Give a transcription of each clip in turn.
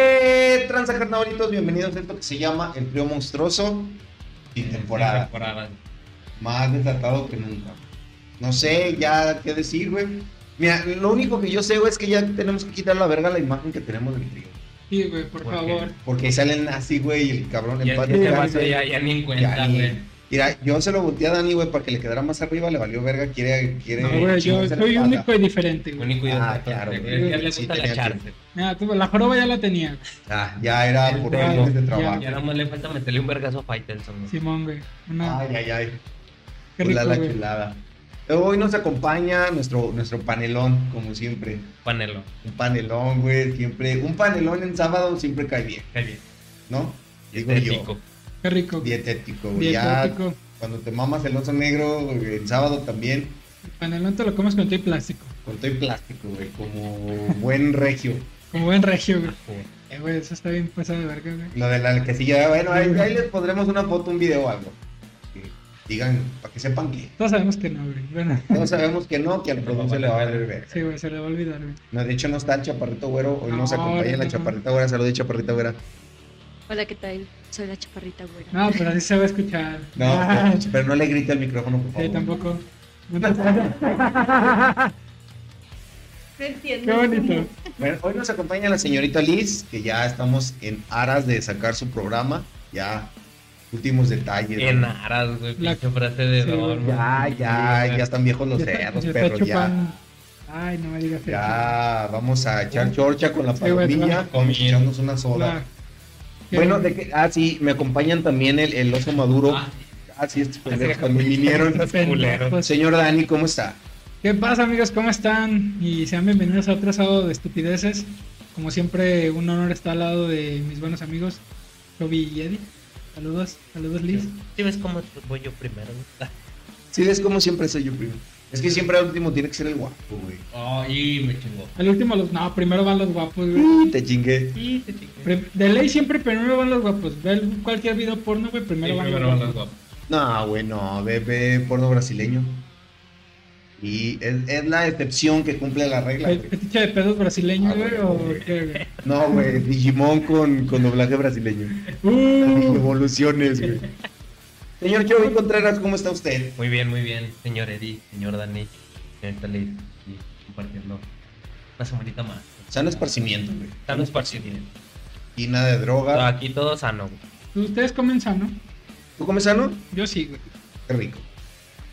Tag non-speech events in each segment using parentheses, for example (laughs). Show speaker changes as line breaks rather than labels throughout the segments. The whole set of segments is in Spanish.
¿Qué tranza, carnavalitos? Bienvenidos a esto que se llama El Trío Monstruoso y temporada. Más desatado que nunca. No sé ya qué decir, güey. Mira, lo único que yo sé, güey, es que ya tenemos que quitar la verga la imagen que tenemos del trío.
Sí, güey, por
¿Por qué?
favor.
Porque salen así, güey, y el cabrón
Ya,
empate.
este
Ya,
vato
güey.
ya, ya ni en
Ya,
cuenta,
ni-
güey.
Mira, yo se lo volteé a Dani, güey, para que le quedara más arriba, le valió verga, quiere... quiere
No, güey, yo
chingarse la
soy
pata.
único y diferente, güey.
Único y
Ah,
otro,
claro,
güey.
güey.
Ya le
Sí,
gusta
tenía
la
que-
charla.
Mira, tú, la joroba ya la tenía, güey.
Ah, ya era
El
por
tema.
razones de
Ya,
trabajo.
Ya nada más le falta meterle un vergazo a Faitelson. güey.
Simón, güey. Una-
Ay, ay, ay.
qué rico,
Chulada, la
güey.
chulada. Hoy nos acompaña nuestro, nuestro panelón, como siempre.
Panelo.
Un panelón, güey, siempre. Un panelón en sábado siempre cae bien,
Qué bien.
¿no? Digo
Estético.
Qué rico,
yo.
güey.
Dietético, güey. Ya
Dietético.
cuando te mamas el oso negro, güey, el sábado también,
El panelón te lo comes con té plástico.
con todo el plástico, güey, como buen regio.
Como buen regio, güey.
Ajú.
Eh, güey, eso está bien pasado de verga, güey.
Lo de la quesilla, bueno, ahí, ahí les pondremos una foto, un video o algo. Que digan, para que sepan que
Todos sabemos que no, güey. Bueno, (laughs)
no sabemos que no, que al producto le va a beber.
sí, güey, se le va a olvidar, güey.
No, de hecho no está el Chaparrito Güero, hoy nos
No,
acompaña la
Ah, no.
Chaparrita Güera, saludos Chaparrita Güera.
Hola, ¿qué tal? Soy la chaparrita güera.
No, pero así se va a escuchar.
No,
Ah,
pero- pero no le grite al micrófono, por favor.
sí, tampoco.
No entiendo.
Qué bonito.
Bueno, hoy nos acompaña la señorita Liz, que ya estamos en aras de sacar su programa, ya últimos detalles.
En
¿no?
aras, güey.
La-
Pinche frase de
Sí,
Dormo.
Ya, ya,
Sí,
ya están viejos los
Ya está-
cerros,
ya está
perros, ya.
chupando. Ay, no me digas eso.
Ya, vamos a echar chorcha con la
Sí, güey,
palomilla,
claro.
con echarnos una soda.
Hola.
Bueno, de que, ah, sí, me acompañan también el, el oso maduro.
Ah,
Ah, sí, estos pendejos también vinieron.
Pendejos.
Señor Dani, ¿cómo está?
¿Qué pasa amigos? ¿Cómo están? Y sean bienvenidos a otro sábado de estupideces. Como siempre, un honor estar al lado de mis buenos amigos, Toby y Eddie. Saludos, saludos Liz.
¿Sí ves cómo voy yo primero? güey?
Sí, ves como siempre soy yo primero. Es que siempre al último tiene que ser el guapo, güey.
Oh, y me chingó.
Al último los... No, primero van los guapos, güey.
Te chingué.
Sí, te chingué.
Prim- De ley siempre primero van los guapos. Ve el- cualquier video porno, güey, primero
Sí,
van
primero
los
van
guapos.
los guapos.
No, güey, no, ve, ve porno brasileño. Y es, es la excepción que cumple la regla,
Pe-
güey.
¿Petiche de pedos brasileño,
Ah,
güey?
güey,
¿O
güey.
qué, güey?
No, güey, Digimon con, con doblaje brasileño.
(laughs)
Uh,
Evoluciones, güey. Señor Joey Contreras, ¿cómo está usted?
Muy bien, muy bien, señor Eddie, señor Dani, señorita Liz, y compartiendo una semanita más.
Sano esparcimiento, güey.
Sano esparcimiento.
Y nada de
Todo
droga.
Aquí todo sano, güey.
Ustedes comienzan, ¿no?
¿Tú comes sano?
Yo sí, güey.
Qué rico.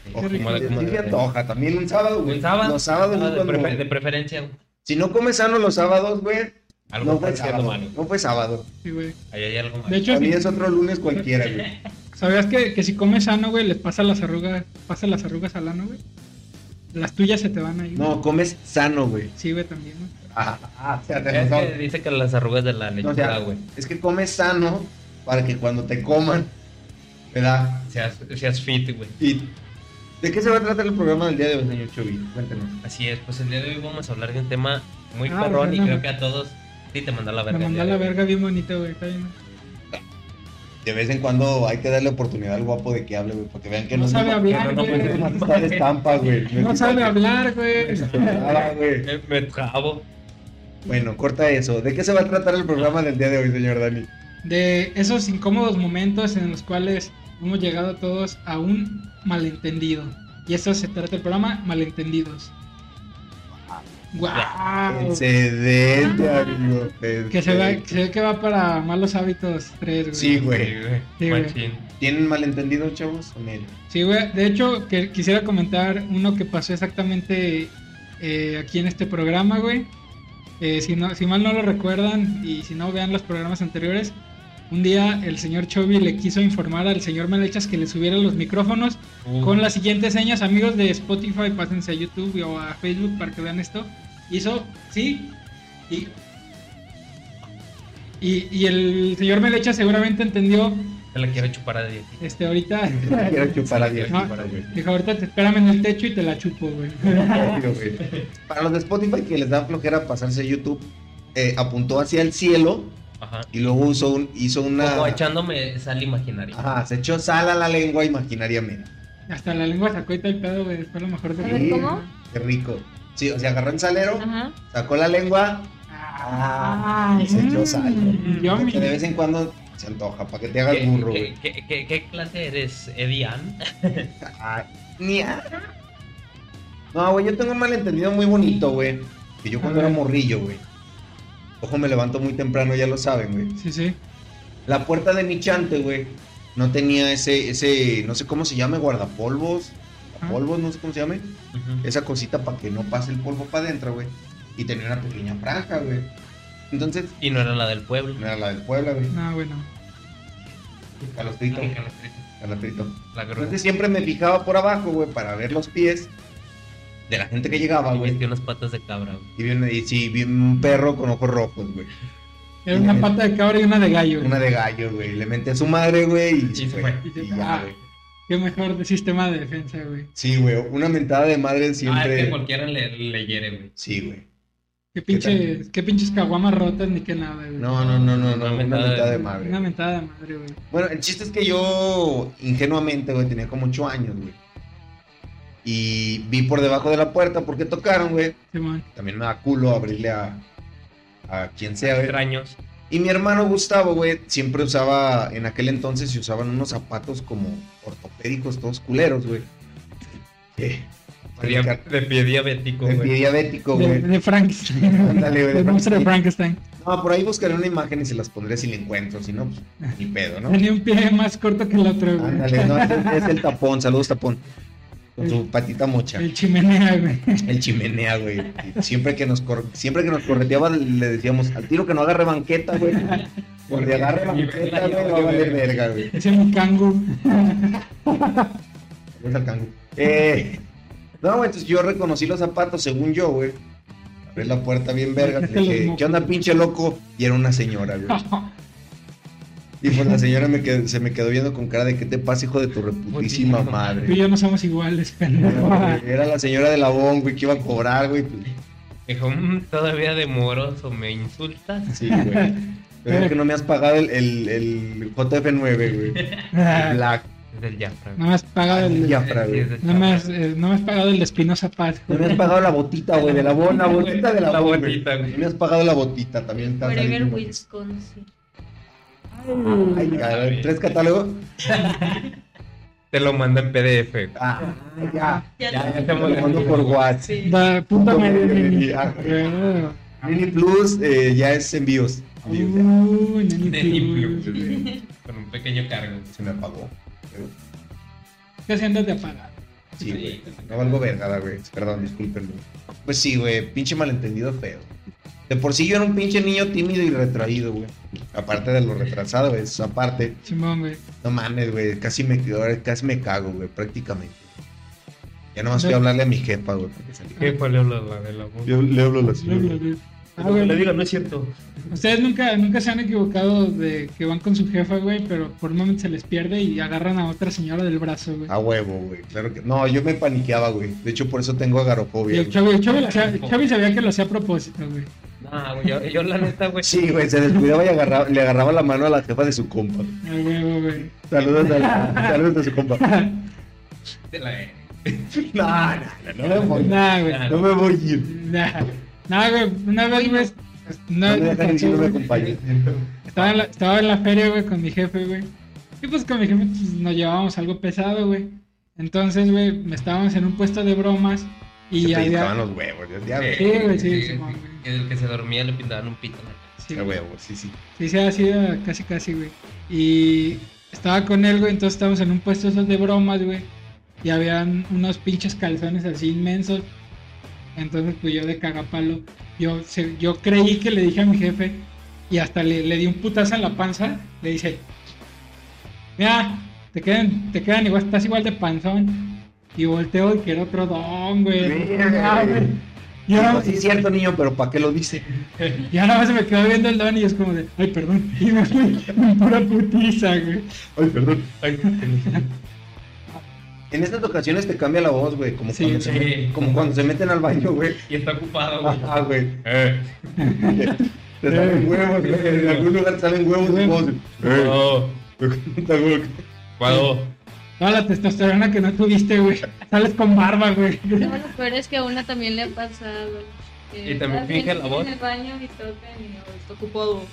Sí,
Ojo,
rico.
como la-
sí,
como
sí se
la-
antoja. También un sábado, güey.
Un sábado.
Los sábados,
sábado
güey,
de,
cuando-
prefer- de preferencia, güey.
Si no comes sano los sábados, güey,
algo
no
está
fue
haciendo
sábado.
malo.
No fue sábado.
Sí, güey.
Ahí hay algo malo.
De hecho,
Para mí
sí.
es otro lunes cualquiera, güey.
¿Sabías que, que si comes sano, güey, les pasa las arrugas, pasa las arrugas al ano, güey? Las tuyas se te van ahí. güey.
No, comes sano, güey.
Sí, güey, también, güey.
Ah, ah, o sea, te
es
razón.
que dice que las arrugas de la
O sea,
lechuga, güey.
es que comes sano para que cuando te coman, ¿verdad?
Seas, seas fit, güey.
Y- ¿De qué se va a tratar el programa del día de hoy, señor Chubi? Cuéntenos.
Así es, pues el día de hoy vamos a hablar de un tema muy
Ah,
perrón y
bueno.
creo que a todos sí te mandó la
Me
verga. el
mandó a
día
la
de hoy.
verga bien bonito, güey. Está bien.
De vez en cuando hay que darle oportunidad al guapo de que hable, güey, porque vean que
No
es
sabe
nomás-
hablar,
no,
güey.
no, no, no, no, está de estampa, güey.
No
es
sabe
que-
hablar, güey.
Ah, güey.
Me, me trabo.
Bueno, corta eso. ¿De qué se va a tratar el programa del día de hoy, señor Dani?
De esos incómodos momentos en los cuales hemos llegado todos a un malentendido. Y eso se trata el programa, malentendidos. ¡Guau!
Excedente, amigo.
Que se, ve, que se ve que va para malos hábitos 3, güey.
Sí, güey.
Sí, güey.
Sí, güey.
Machín.
Este, ¿Tienen malentendido, chavos? Con él.
Sí, güey. De hecho, que quisiera comentar uno que pasó exactamente eh, aquí en este programa, güey. Eh, si, no, si mal no lo recuerdan y si no vean los programas anteriores, un día el señor Chovy le quiso informar al señor Melechas que le subiera los micrófonos
Uh,
con las siguientes señas. Amigos de Spotify, pásense a YouTube o a Facebook para que vean esto. Hizo, sí, y... Y, y el señor Melechas seguramente entendió,
Te la quiero chupar a 10.
este, ahorita...
Quiero chupar a Dios.
No. Dijo, ahorita te espérame en el techo y te la chupo, güey. (laughs)
Obvio, güey. Para los de Spotify que les da flojera pasarse a YouTube, eh, apuntó hacia el cielo
Ajá.
y luego usó un- hizo una.
Como echándome sal imaginaria.
Ajá, se echó sal a la lengua imaginariamente.
Hasta la lengua sacó y todo el pedo, güey. Fue lo mejor de
A
ver,
Sí.
¿cómo?
Qué rico. Sí, o sea, agarró el salero,
Ajá.
sacó la lengua,
Ah,
Ah, dice yo salgo.
Mm, yummy.
Que de vez en cuando se antoja, para que te hagas
¿Qué,
burro,
qué,
güey.
qué- qué- qué clase eres, Edian?
Ay, ni a- No, güey, yo tengo un malentendido muy bonito, güey. Que yo cuando
A ver.
era morrillo, güey. Ojo, me levanto muy temprano, ya lo saben, güey.
(laughs) Sí, sí.
La puerta de mi chante, güey, no tenía ese, ese, no sé cómo se llame, guardapolvos.
Ah.
Polvos, no sé cómo se llame. esa cosita para que no pase el polvo para adentro, güey. Y tenía una pequeña franja, güey. Entonces,
Y no era la del pueblo.
no era la del Puebla, güey.
No, bueno.
Calostrito,
Ah,
güey,
Calastrito.
calostrito.
La grúa.
Entonces siempre me fijaba por abajo, güey, para ver los pies de la gente que llegaba,
Y
güey.
metió unas patas de cabra, güey.
Y vi, una- y sí, vi un perro con ojos rojos, güey.
Era una pata de cabra y una de gallo. güey.
Una de gallo, güey. Le menté a su madre, güey, y se fue.
Y se
Y
fue.
ya,
Ah.
güey.
Qué mejor de sistema de defensa, güey.
Sí, güey, una mentada de madre
Ah, es que
siempre.
cualquiera le, le hiere, güey.
Sí, güey. ¿Qué
Qué pinches, qué pinches caguamas rotas ni qué nada, güey.
No, no, no, no, no, una mentada de madre.
Una mentada de madre, güey.
Bueno, el chiste es que yo ingenuamente, güey, tenía como 8 años, güey. Y vi por debajo de la puerta porque tocaron, güey.
Simón.
También me da culo abrirle a, a quien sea, güey.
Extraños.
Y mi hermano Gustavo, güey, siempre usaba, en aquel entonces se usaban unos zapatos como ortopédicos, todos culeros, güey. Sí.
Dia- De pie diabético,
De pie
güey.
diabético,
De,
güey.
de Frankenstein.
(laughs) Ándale, güey, de
(laughs) Del monstruo de Frankenstein.
No, por ahí buscaré una imagen y se las pondré si la encuentro, si no, pues, ni pedo, ¿no?
Tenía un pie más corto que el otro, güey.
Ándale, no, es, el- es el tapón, saludos tapón. Con su patita mocha.
El chimenea, güey.
El chimenea, güey. Siempre que nos cor- siempre que nos correteaba le decíamos, al tiro que no agarre banqueta, güey. Porque agarre banqueta, güey, va a valer verga, güey.
Ese es
(laughs)
mi cangu.
Saludos al canguro. Eh, no, güey, entonces yo reconocí los zapatos, según yo, güey. Abrí la puerta bien verga, le dije, ¿qué onda, pinche loco? Y era una señora, güey. Y pues la señora me qued- se me quedó viendo con cara de, ¿qué te pasa, hijo de tu reputísima
Tú y
madre?
yo no somos iguales, pendejo.
Era la señora de la bon, güey, que iba a cobrar, güey. pues,
Dijo, "Mm, todavía de moroso, ¿me insultas?
Sí, güey. Yo creo que no me has pagado el, el, el JF9, güey. El
Nada
Black.
Es del Jafra. güey.
más paga el.
Ya. Jafra,
Sí,
güey.
es del
No me, has,
Jafra.
eh, no me has pagado el Espinosa Paz.
No me has pagado la botita, güey, de la bon, la botita de la,
La
bon,
botita,
güey.
güey.
No me has pagado la botita, también está
Forever
saliendo.
Wisconsin.
Ay, caray, tres catálogos.
Te lo manda en PDF.
Ah, ya.
Ya,
Ya,
ya
Te
te
lo mando por WhatsApp.
Sí.
Da punta
Punto
media,
medio,
Nini.
ya.
Huevo.
Mini Plus eh, ya es envíos. Envíos, ya.
Uy, Nini
Nini
Plus.
Plus, güey. (laughs) Con un pequeño cargo.
Se me apagó.
¿Qué haciendo de apagar?
Sí, güey. No valgo vergada, güey. Perdón, discúlpenme. Pues sí, güey. Pinche malentendido feo. De por sí yo era un pinche niño tímido y retraído, güey. Aparte de lo retrasado, güey. eso Aparte.
Simón, güey.
No mames, güey. Casi me, ahora casi me cago, güey. Prácticamente. Ya nomás fui a hablarle a mi jefa, güey. porque salí.
¿Qué fue la la de la voz?
Yo le hablo a la
Lo- lo-
señora.
lo- Ah,
Lo que
güey.
le digo, no es cierto.
Ustedes nunca, nunca se han equivocado de que van con su jefa, güey, pero por un momento se les pierde y agarran a otra señora del brazo, güey.
A huevo, güey. Claro que. No, yo me paniqueaba, güey. De hecho, por eso tengo
Y
agarofobia.
el
güey.
Chavi, el Chavi lo hacía- el Chavi sabía que lo hacía a propósito, güey.
No, güey, yo, yo la neta, güey.
Sí, güey. Se descuidaba y agarraba, le agarraba la mano a la jefa de su compa.
A huevo, güey.
Saludos a, la- saludos a su compa.
Te la- E.
No, no, no, no me voy.
Nah, güey.
No me voy a ir.
Nah. Nah, güey. Una vez, güey.
No
una
me
vez me
dejan ir si
pasó,
no me
güey.
acompañan.
Estaba en, la, estaba en la feria, güey, con mi jefe, güey. Y pues con mi jefe pues, nos llevábamos algo pesado, güey. Entonces, güey, me estábamos en un puesto de bromas y
Se te
había...
hinchaban los huevos, ya,
Eh,
ya, güey.
Sí, güey, sí,
Que-
Simón,
que el que se dormía le pintaban un pito. ¿no?
Sí,
Ya,
güey.
huevos, sí, sí.
Sí, se ha sido casi, casi, güey. Y estaba con él, güey, entonces estábamos en un puesto esos de bromas, güey. Y habían unos pinches calzones así inmensos. Entonces, pues yo de cagapalo, yo, se- yo creí que le dije a mi jefe y hasta le, le di un putazo en la panza. Le dije, mira, te quedan, te quedan igual, estás igual de panzón. Y volteo y que era otro don, güey.
Verga,
Ah, güey.
güey.
Yo no-
Digo, sí, es cierto, niño, pero ¿para qué lo dice?
(laughs) y ahora se me quedó viendo el don y es como de, ay, perdón. (laughs) Y me fui en pura putiza, güey.
Ay, perdón.
Ay,
En estas ocasiones te cambia la voz, güey. Como,
Sí,
cuando,
sí.
Se, meten- como cuando se meten al baño, güey.
y está ocupado, güey.
Ah, güey.
Eh,
Te
Eh.
salen huevos, güey. En algún lugar te salen huevos y voz. Eh.
no,
Eh.
Guado.
Toda la testosterona que no tuviste, güey. (laughs) Sales con barba, güey.
No, lo peor es que a una también le ha pasado.
que
Y también
las
finge
gentes
la voz.
En el baño y tocan y oh, esto ocupó.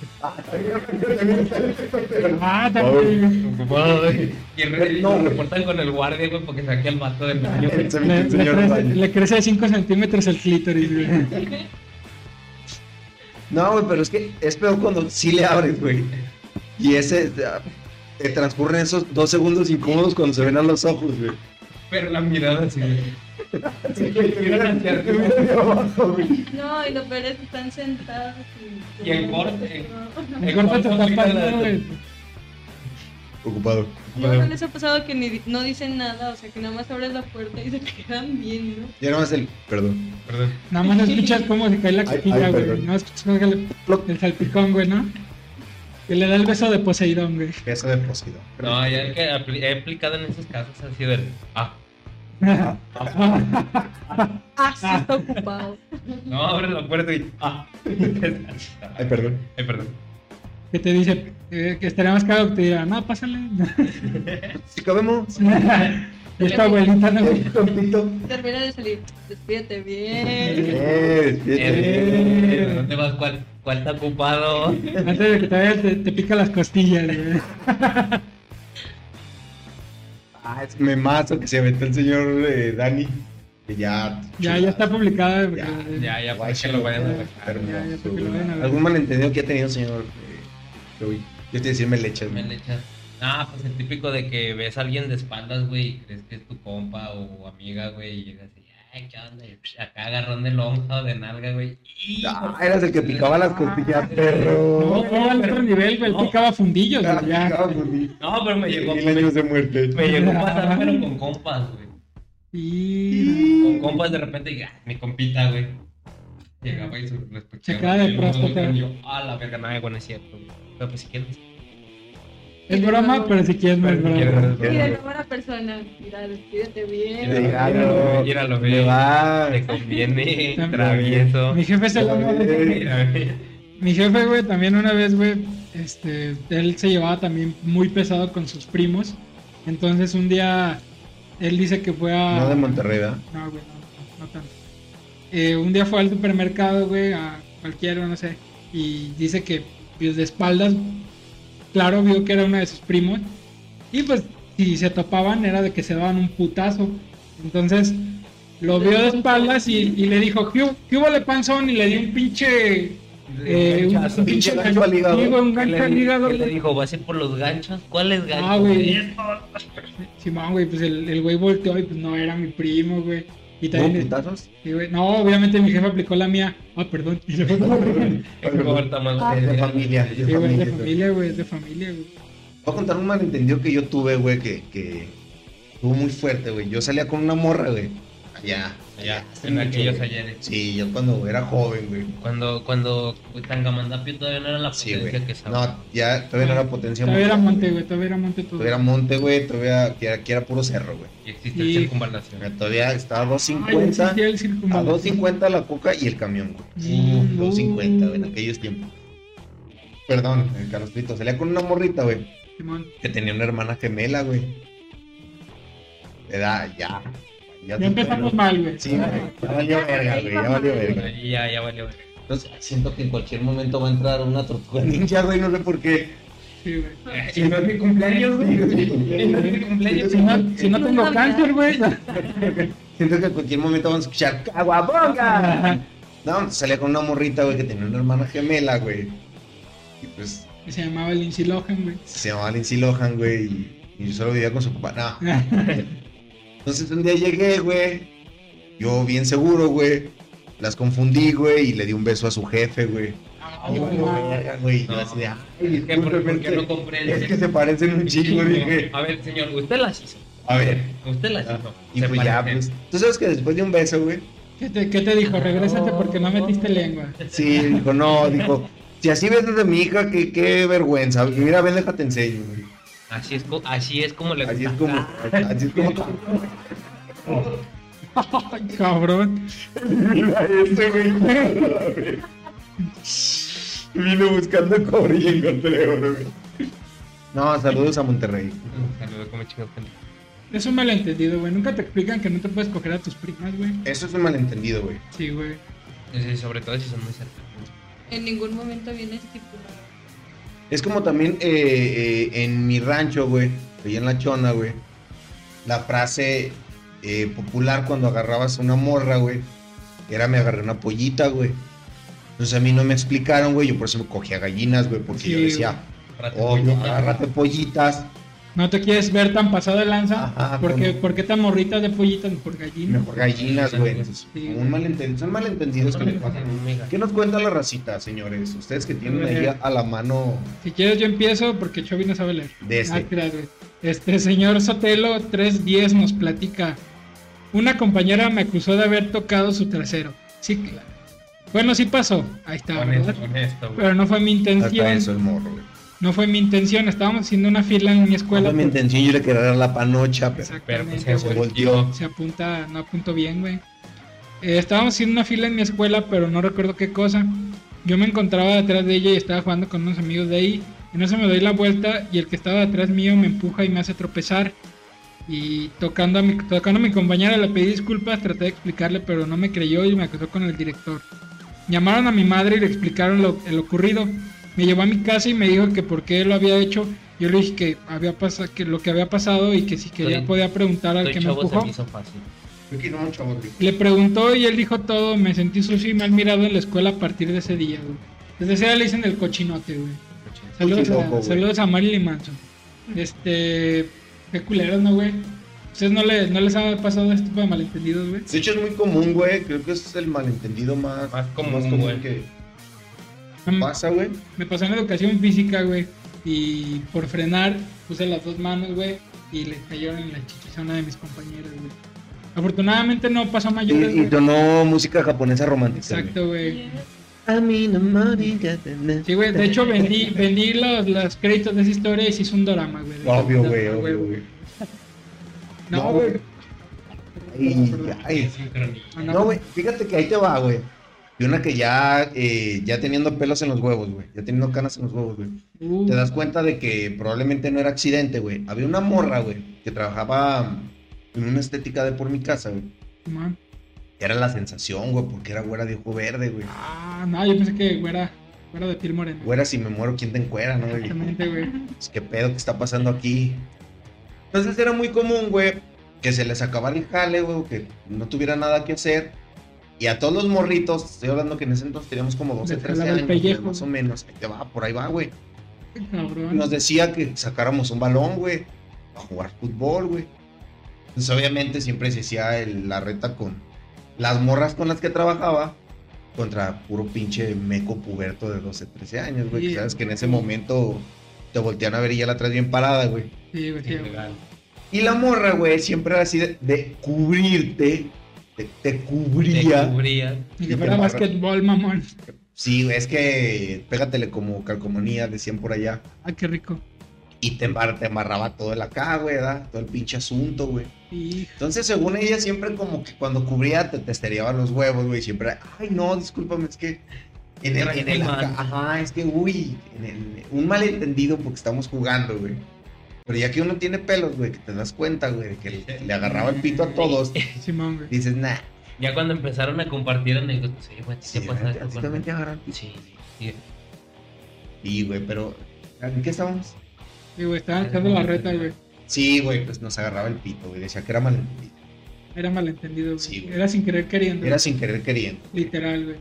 Ah, también.
Y el re-
Eh, No,
lo
güey.
reportan con el guardia, güey, porque saqué al vato del baño.
El
Le, le
señor
crece-
Valle.
le crece de 5 centímetros el clítoris, güey.
No, güey, pero es que es peor cuando sí le abres, güey. Y ese. ah, Te transcurren esos dos segundos incómodos cuando se ven a los ojos, güey.
Pero la mirada así, güey.
Sí, abajo, güey.
No, y lo peor es que están sentados. Y,
Y el corte.
No.
El cuerpo te está
Mira la-
parando, güey.
Ocupado.
Luego no les ha pasado que ni- no dicen nada, o sea, que nada más abres la puerta y (laughs) se quedan viendo.
Y ahora más el. Perdón.
Perdón.
Nada más escuchas cómo se cae la
Ay,
cajita,
ay,
güey.
perdón.
Nada más escuchas cómo cae el- el salpicón, güey, ¿no? Que le da el beso de
(laughs)
Poseidón, güey.
Beso de Poseidón.
No, ya el que apli- he aplicado en esos casos ha sido el. Ah,
Ah, sí, está ocupado.
no, abre la puerta y. Ah. (laughs)
Ay, perdón.
Ay, perdón.
Que te dice eh, que estaría más caro que te dirá, no, pásale. (laughs)
Si eh, cabemos.
y esta abuelita, no, güey.
Termina de salir.
(laughs)
Despídete bien.
Eh,
Eh,
despídete.
¿Dónde vas? ¿Cuál, cuál está ocupado?
Antes de que te vayas, te, te pica las costillas, güey.
Ah, es- me mato que se aventó el señor eh, Dani. Que ya.
Ya, ya está publicada. güey.
Ya,
Ya, ya,
Guay,
pues que lo vayan a
ya,
dejar.
hermoso,
Ah, Ya, ya sé que lo
güey.
vayan a ver.
Algún malentendido que ha tenido el señor eh, Joey. Yo te decirme leche.
Me le echas. Ah, pues el típico de que ves a alguien de espaldas, güey, y crees que es tu compa o amiga, güey, y llegas y, ay, ¿qué onda? Y, psh, acá agarrón de lonja o de nalga, güey. pues, ¡Hijo!
Ah, eras el que picaba las costillas, perro.
Ah, No, no, al otro nivel, güey. Él
No.
picaba fundillos,
Ah,
güey. Ya.
picaba fundillo.
No, pero me llegó,
Mil años de muerte.
me llegó a pasar, pero con compas, güey.
Y.
Con compas de repente, y, ah, mi compita, güey. Llegaba y su respectiva.
Checada de
y luego,
próstata.
Y yo, ah, la verga, nada, bueno, es cierto, güey. Pero pues si quieres.
Es broma, pero si quieres, no es
Pero si quieres, no
broma.
es
Y de
broma.
nuevo a la persona. Mira, despídete bien.
Míralo,
Míralo,
Me
ve.
va.
Te conviene,
También.
travieso.
Mi jefe se lo
Mira, ve.
Mi jefe, güey, también una vez, güey, este, él se llevaba también muy pesado con sus primos. Entonces un día, él dice que fue a...
No de Monterrey, ¿verdad?
No, güey, no, no tanto. Eh, un día fue al supermercado, güey, a cualquiera, no sé. Y dice que pues, de espaldas, claro, vio que era uno de sus primos. Y pues, si se topaban, era de que se daban un putazo. Entonces, lo vio de espaldas y, y le dijo, ¿qué, hu- qué hubo le panzón? Y le dio un pinche. eh,
Ganchazo.
un
pinche gancho al hígado.
sí, güey, un gancho
¿Qué
al
le-
hígado,
qué le
güey.
dijo? ¿Vas a ir por los ganchos? ¿Cuáles ganchos?
Ah, güey.
Esto.
Simón, güey, pues el el güey volteó y pues no era mi primo, güey. Y
¿No,
también. (laughs)
putazos?
Sí, güey. No, obviamente mi jefe aplicó la mía. Ah, perdón. (laughs) Y le fue como-
Qué corta, mal-
De familia,
Ah, Sí,
de
güey, es
familia.
de familia, güey, es de familia, güey.
Voy a contar un malentendido que yo tuve, güey, que, que estuvo muy fuerte, güey. Yo salía con una morra, güey. Allá, allá.
Ya, en aquellos ayeres.
Sí, yo cuando era joven, güey.
Cuando, cuando Tangamandapio todavía no era la
Sí,
potencia
güey.
que es ahora.
No, ya todavía no era potencia.
Todavía era
mundial,
monte, güey, todavía era monte todo.
Todavía era monte, güey. Todavía que era, que era puro cerro, güey.
Y existe
Sí.
el circunvalación.
Todavía estaba a
Ay, güey, sí,
250.
sí, el
A
circunvalo.
250 la coca y el camión, güey.
Mm.
Uf, 250, güey, en aquellos tiempos. Perdón, el Carlos Brito. Salía con una morrita, güey.
Simón.
que tenía una hermana gemela, güey. Edad, ya. Ya,
Ya empezamos mal, güey.
Sí, güey. Ya valió verga, güey. Ya valió verga.
Y ya, ya valió.
Entonces, siento que en cualquier momento va a entrar una tortuga ninja, güey. No sé por qué.
Sí, güey.
Y no es mi cumpleaños,
güey.
no es mi cumpleaños.
Si no, si no tengo cáncer, güey.
Siento que en cualquier momento van a escuchar ¡Caguabonga! No, salía con una morrita, güey, que tenía una hermana gemela, güey. Y pues
Se llamaba el Insilogen, güey.
se llamaba Lindsay Lohan, güey. Y y yo solo vivía con su papá. No. Entonces un día llegué, güey. Yo bien seguro, güey. Las confundí, güey, y le di un beso a su jefe, güey. Y yo,
Ah,
verga, güey, yo
No.
así de, "Ah, ay,
Es que, ¿por, por qué
discúlpeme,
no compré el
Es que se parecen un chingo, dije.
A ver, señor, usted las hizo.
A ver.
Usted las
Ah,
hizo.
Y
Se
pues ya,
parecen.
pues. Tú sabes que después de un beso, güey.
¿Qué te, qué te dijo? Regrésate porque no metiste lengua.
Sí, dijo, no, dijo. Si así ves desde mi hija, que qué vergüenza. Mira, ven, déjate enseño, güey.
Así es, co- así es como le
Así es
gusta.
como. Así es como.
Ay, cabrón.
Mira este, güey. Vino buscando cobre y encontré oro, güey. No, saludos a Monterrey.
Saludos, como Mm, chingados.
Es un malentendido, güey. Nunca te explican que no te puedes coger a tus primas, güey.
Eso es un malentendido, güey.
Sí, güey.
Sí, sobre todo si son muy cercanos.
En ningún momento viene estipulado.
Es como también eh, eh, en mi rancho, güey, ahí en la chona, güey, la frase eh, popular cuando agarrabas una morra, güey, era me agarré una pollita, güey. Entonces a mí no me explicaron, güey, yo por eso me cogía gallinas, güey, porque
Sí,
yo decía,
Rata
oye,
pollita.
agárrate pollitas,
No te quieres ver tan pasado de lanza.
Ajá,
porque,
con-
¿Por qué tan morrita de pollitas por gallina?
mejor gallinas, güey. Entonces,
Sí.
como un malentendido, son malentendidos que le pasan. ¿Qué nos cuenta la racita, señores? Ustedes que tienen ahí a, a la mano
Si quieres yo empiezo porque Chovy no sabe leer.
de
Ah,
este.
claro, güey. Este señor Sotelo 310 nos platica. Una compañera me acusó de haber tocado su trasero. Sí, claro. Bueno, sí pasó. Ahí está,
Con
¿verdad?
esto, con esto, güey.
Pero no fue mi
Hasta eso
intención.
el morro, güey.
No fue mi intención. Estábamos haciendo una fila en una
¿Cuál
escuela.
fue mi
porque-
intención? Yo le quería dar la panocha, pero
Pero pues
Exactamente.
se
güey.
volteó.
volteó.
se apunta, no apunto bien, güey. Eh, estábamos haciendo una fila en mi escuela, pero no recuerdo qué cosa. Yo me encontraba detrás de ella y estaba jugando con unos amigos de ahí. En eso me doy la vuelta y el que estaba detrás mío me empuja y me hace tropezar. Y tocando a mi, tocando a mi compañera le pedí disculpas, traté de explicarle, pero no me creyó y me acusó con el director. Llamaron a mi madre y le explicaron lo, lo ocurrido. Me llevó a mi casa y me dijo que por qué lo había hecho. Yo le dije que había pasado, que lo que había pasado y que si quería
Estoy-
podía preguntar al
Estoy
que me
chavo, se
empujó.
me hizo fácil.
Yo quiero un chavo rico.
Le preguntó y él dijo todo. Me sentí sucio y mal mirado en la escuela a partir de ese día, güey. Desde ese día le dicen el cochinote, güey. Saludos,
Cochiloco,
a,
güey.
saludos a Marilyn Manson. Este. Qué culeros, ¿no, güey? ¿Ustedes no, le- no les ha pasado este tipo de malentendidos, güey?
De hecho, es muy común, güey. Creo que es el malentendido más,
Más común, güey.
que
Mm,
pasa, güey.
Me pasó en educación física, güey. Y por frenar, puse las dos manos, güey. Y le cayeron en la chichizona de mis compañeros, güey. Afortunadamente no pasó a
Y,
mayores,
y
güey.
tonó música japonesa romántica. güey.
Exacto, güey.
A mí no me digas nada.
Sí, güey, de hecho vendí, vendí los, los créditos de esa historia y se hizo un drama, güey.
Obvio,
No,
güey, obvio, güey.
No, güey.
Ay,
Perdón.
ay.
Sincronía.
Ah,
No, güey, fíjate que ahí te va, güey. Y una que ya, eh, ya teniendo pelos en los huevos, güey. Ya teniendo canas en los huevos, güey.
Uh,
Te das cuenta de que probablemente no era accidente, güey. Había una morra, güey, que trabajaba mm, en una estética de por mi casa, güey.
man.
Era la sensación, güey, porque era güera de ojo verde, güey.
Ah, no, yo pensé que güera, güera de piel morena.
Güera, si me muero, ¿quién te encuera, no, güey?
Exactamente, güey.
pues, ¿qué pedo que está pasando aquí? Entonces era muy común, güey, que se les acabara el jale, güey, que no tuviera nada que hacer. Y a todos los morritos, estoy hablando que en ese entonces teníamos como 12,
Les
13
jalaba el
años, güey,
pellejo.
más o menos. Ahí te va, por ahí va, güey.
Cabrón.
Nos decía que sacáramos un balón, güey, a jugar fútbol, güey. Entonces, obviamente, siempre se hacía el- la reta con las morras con las que trabajaba contra puro pinche meco puberto de 12, 13 años, güey.
Sí.
que sabes que en ese momento te voltean a ver y ya la traes bien parada, güey.
Sí, güey, sí, güey.
Integral.
Y la morra, güey, siempre era así de, de cubrirte, te, te
Te
cubría.
cubría.
Ni
Y
que fuera
te
basquetbol, mamón.
Sí, güey, es que pégatele como calcomanía, decían por allá.
Ah, qué rico.
Y te, embar- te embarraba todo el acá, güey, ¿verdad? Todo el pinche asunto, güey.
Hijo.
Entonces, según ella, siempre como que cuando cubría te testereaba los huevos, güey. Siempre, ay, no, discúlpame, es que. En el, en el acá, ajá, es que, uy, en el- un malentendido porque estamos jugando, güey. Pero ya que uno tiene pelos, güey, que te das cuenta, güey, de que le, le agarraba el pito a todos,
Simón, güey.
dices, nah,
Ya cuando empezaron a compartir anécdotas, sí, güey,
sí,
¿qué pasa
a
esto?
ti también te
con-
agarran.
Sí, sí, sí.
Sí, güey, pero ¿en qué estábamos?
Sí, güey, estaban echando la reta, güey.
Sí, güey, pues nos agarraba el pito, güey, decía que era malentendido.
Era malentendido, güey.
Sí, güey.
Era sin querer queriendo.
Era sin querer queriendo.
Literal, güey.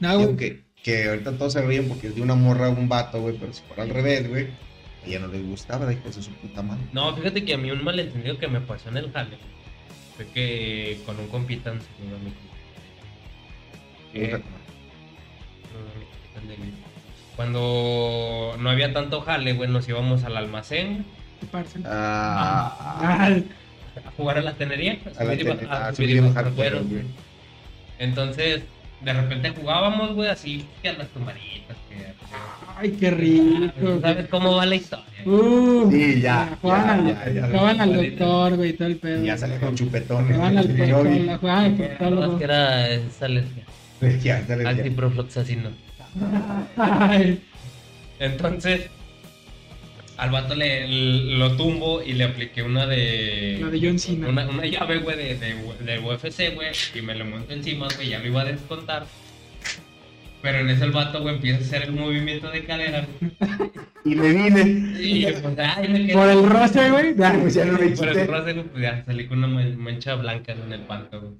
No,
Digo
güey.
que, que ahorita todos se ríen porque es de una morra a un vato, güey, pero si fuera al revés, güey, a ella no le gustaba, dijo, eso es su puta madre.
No, fíjate que a mí un malentendido que me pasó en el jale fue que con un compita nos unió a mi compita.
Puta
Eh,
madre.
no, mi compita de mí. Cuando no había tanto jale, güey, nos íbamos al almacén
parce.
Ah,
Ah,
a jugar a la tenería.
a la ah,
subir y
tele-
bajar-
a
subir
subir y bajar
cueros,
cueros, güey.
Entonces, de repente jugábamos, güey, así que a las tumbaditas. Que...
Ay, qué rico.
Ah,
güey.
¿Sabes cómo va la historia?
Uh,
Sí, ya,
Jugaban
ya,
al-
ya, ya.
jugaban al doctor, güey, y todo el pedo.
Y ya salía con chupetones.
Jugaban Ah, al
güey, yo vi-
proctólogo, jugaban al
Además
proctólogo.
que era esa alergia.
(laughs) Ya, ya, ya.
Antiprofloxacino.
Ay,
Entonces, Al vato le, lo tumbo y le apliqué una de.
La de John Cena.
Una, una llave, güey, de, de- de UFC, güey. Y me lo monto encima, güey. Ya lo iba a descontar. Pero en eso el vato, güey, empieza a hacer el movimiento de cadera.
(laughs)
güey,
Y le vine.
Y pues, ay, me quedé.
Por el roce, güey.
Ah, pues ya no le
Por el
quité.
roce, güey, pues ya salí con una man- mancha blanca en el panto, güey.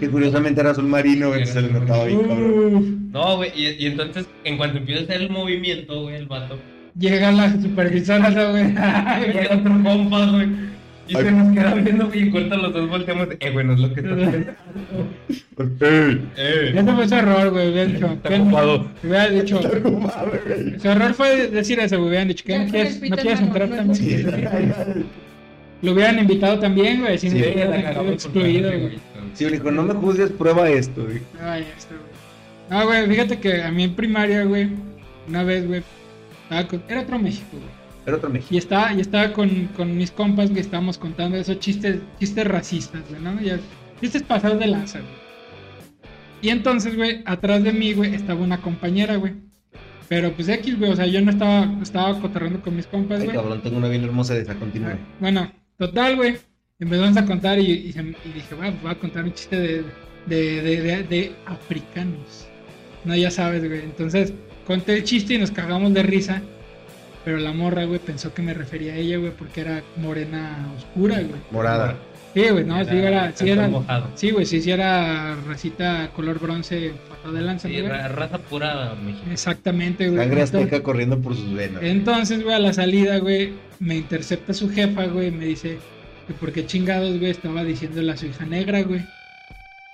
Que curiosamente era azul marino, güey. Se le notaba bien, cabrón.
Uf,
No, güey, y, y entonces, en cuanto empieza a hacer el movimiento, güey, el vato. (laughs)
Llega la supervisora, ¿no, güey. Ay,
Llega otro compa, güey. Y
Ay.
se nos queda viendo, güey, y en cuanto los dos volteamos. Eh, güey, no es lo que está
güey.
Pues, ¡Ey!
Eh.
Ese fue su error, güey. Hubieran dicho.
Está ocupado.
Hubieran dicho.
No mames, güey.
Su error fue decir eso, güey. Hubieran dicho. ¿qué?
Ya
¿No
con
quieres,
el
¿no
pito
quieres
en mano,
entrar
no
también?
es-
Lo hubieran invitado también, güey. Si no
Sí,
Sí,
hubieran
la cagamos
excluido,
por
güey.
tanto,
Sí, me dijo, no me juzgues, prueba esto, güey.
Ay, esto, Ah, güey. No, güey, fíjate que a mí en primaria, güey, una vez, güey, estaba con- era otro México, güey.
Era otro México.
Y estaba, y estaba con, con mis compas que estábamos contando esos chistes, chistes racistas, güey, ¿no? Ya, chistes pasados de lanza, güey. Y entonces, güey, atrás de mí, güey, estaba una compañera, güey. Pero pues X, güey, o sea, yo no estaba, estaba cotorreando con mis compas,
Ay,
güey.
cabrón, tengo una bien hermosa de esa, continúa.
Ah, Bueno, total, güey. Empezamos a contar y, y se- y dije, "Bueno, pues voy a contar un chiste de, de, de- de- de africanos. No, ya sabes, güey. Entonces, conté el chiste y nos cagamos de risa. Pero la morra, güey, pensó que me refería a ella, güey, porque era morena oscura, güey.
Morada.
Sí, güey, no, sí era, sí era,
mojado.
sí, güey, sí, sí era racita color bronce, pasado de lanza,
Sí,
güey.
ra- raza pura mexicana.
Exactamente, güey.
Sangre
Entonces-
azteca corriendo por sus venas.
entonces, güey, a la salida, güey, me intercepta su jefa, güey, y me dice que por qué chingados, güey, estaba diciéndole a su hija negra, güey.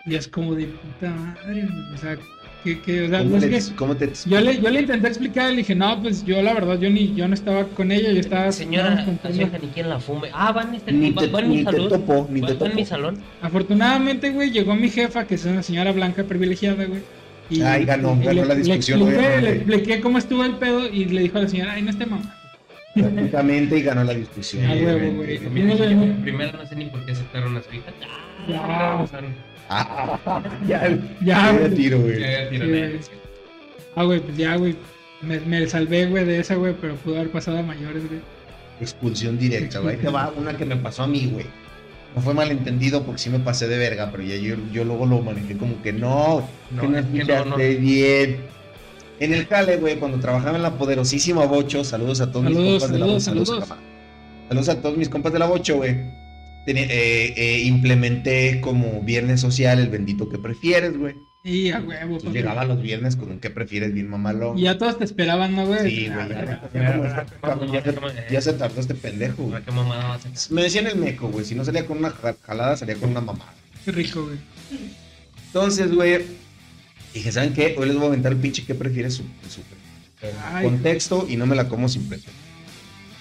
Y es como de puta madre, güey, o sea, que, que, o sea, pues,
¿Cómo
es
te,
que
cómo te-
yo le, yo le intenté explicar, le dije, no, pues yo la verdad, yo ni, yo no estaba con ella, yo estaba
Señora,
con- con-
su hija ni quien la fume. Ah, va en, este,
Ni
va-
te-
va en mi
ni te
salón.
topo, ni
Va-
te
va en mi
topo.
salón.
Afortunadamente, güey, llegó mi jefa, que es una señora blanca privilegiada, güey. Y,
Ay, ganó,
y
ganó
le-
la discusión,
Le expliqué, le
obviamente.
expliqué cómo estuvo el pedo y le dijo a la señora, ay, no esté mamá.
Prácticamente y ganó la discusión. Eh,
Ah, huevo,
obviamente.
güey.
(laughs)
Mira,
Sí,
yo-
güey.
primero no sé ni por qué aceptaron a su hija. Ah,
Ya,
Ah, ya, ya
ya,
(laughs)
güey.
tiro,
Ya,
güey.
ya tiró,
Sí,
ya,
güey.
sí.
Ah, güey, pues ya, güey. Me, me salvé, güey, de esa, güey, pero pudo haber pasado a mayores, güey.
Expulsión directa, güey. Ahí te va una que me pasó a mí, güey. No fue malentendido porque sí me pasé de verga, pero ya yo, yo luego lo manejé como que no,
No,
que no
es que no,
escuchaste
no.
bien. En el Cale, güey, cuando trabajaba en la poderosísima Bocho, saludos a todos mis
Saludos,
compas de la Bocho.
saludos,
Saludos,
saludos.
a- saludos a todos mis compas de la Bocho, güey. Tenía- eh, eh, implementé como viernes social el bendito que prefieres, güey.
Y a huevo,
Entonces
papi.
llegaba Pues los viernes con un que prefieres bien mamalón.
Y ya todos te esperaban, ¿no, güey?
Sí,
Ah,
güey.
verga.
ya- ya como esta- cabrón, ya se- Ya se tardó este pendejo, güey.
Ahora, ¿Qué mamada vas a hacer?
Me decían el meco, güey. Si no salía con una ja- jalada, salía con una mamada.
Qué rico, güey.
Entonces, güey, dije, ¿saben qué? Hoy les voy a aventar el pinche que prefiere su, su
Ay,
contexto y no me la como sin pretexto.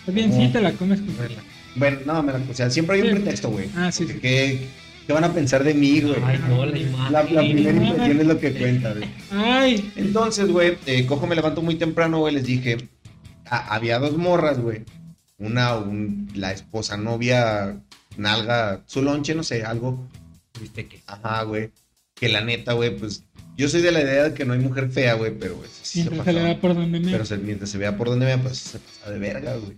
está bien, sí, te la comes con
Verla.
Bueno, no, me la, o sea, siempre hay un
Sí.
pretexto, güey.
Ah, sí,
Porque
sí.
¿Qué, qué van a pensar de mí, güey?
Ay, no, la imagen.
La, la primera
no,
impresión es lo que cuenta, güey.
Ay,
Entonces, güey, eh, cojo, me levanto muy temprano, güey, les dije, a- había dos morras, güey. Una, un- la esposa, novia, nalga, su lonche, no sé, algo.
Viste que.
Ajá, güey. Que la neta, güey, pues yo soy de la idea de que no hay mujer fea, güey, pero güey, sí se
mientras se le
pasaba.
da por donde me.
Pero se- mientras se vea por donde vea, pues se pasa de verga, güey.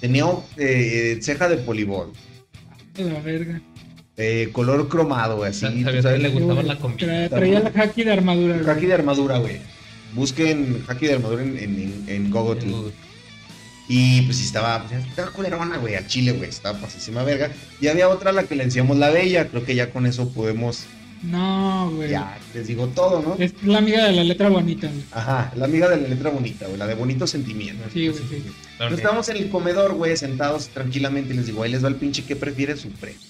Tenía eh, ceja de polibol,
de La verga.
eh, color cromado, güey, así.
Sabía
tú sabes,
que le gustaba
Uy,
la comida.
tra- traía la haki de armadura, güey.
Haki de armadura, güey. Busquen haki de armadura en, en, en, en Google.
Tengo-
Y pues sí estaba, pues, estaba culerona, güey, al chile, güey, estaba pasísima verga. Y había otra a la que le decíamos la bella, creo que ya con eso podemos,
No, güey.
ya les digo todo, ¿no?
Pues, Es la amiga de la letra bonita, güey.
Ajá, la amiga de la letra bonita, güey, la de bonito sentimiento.
Sí, güey, sí.
Entonces, estábamos en el comedor, güey, sentados tranquilamente y les digo, ahí les va el pinche, ¿qué prefieres su premio?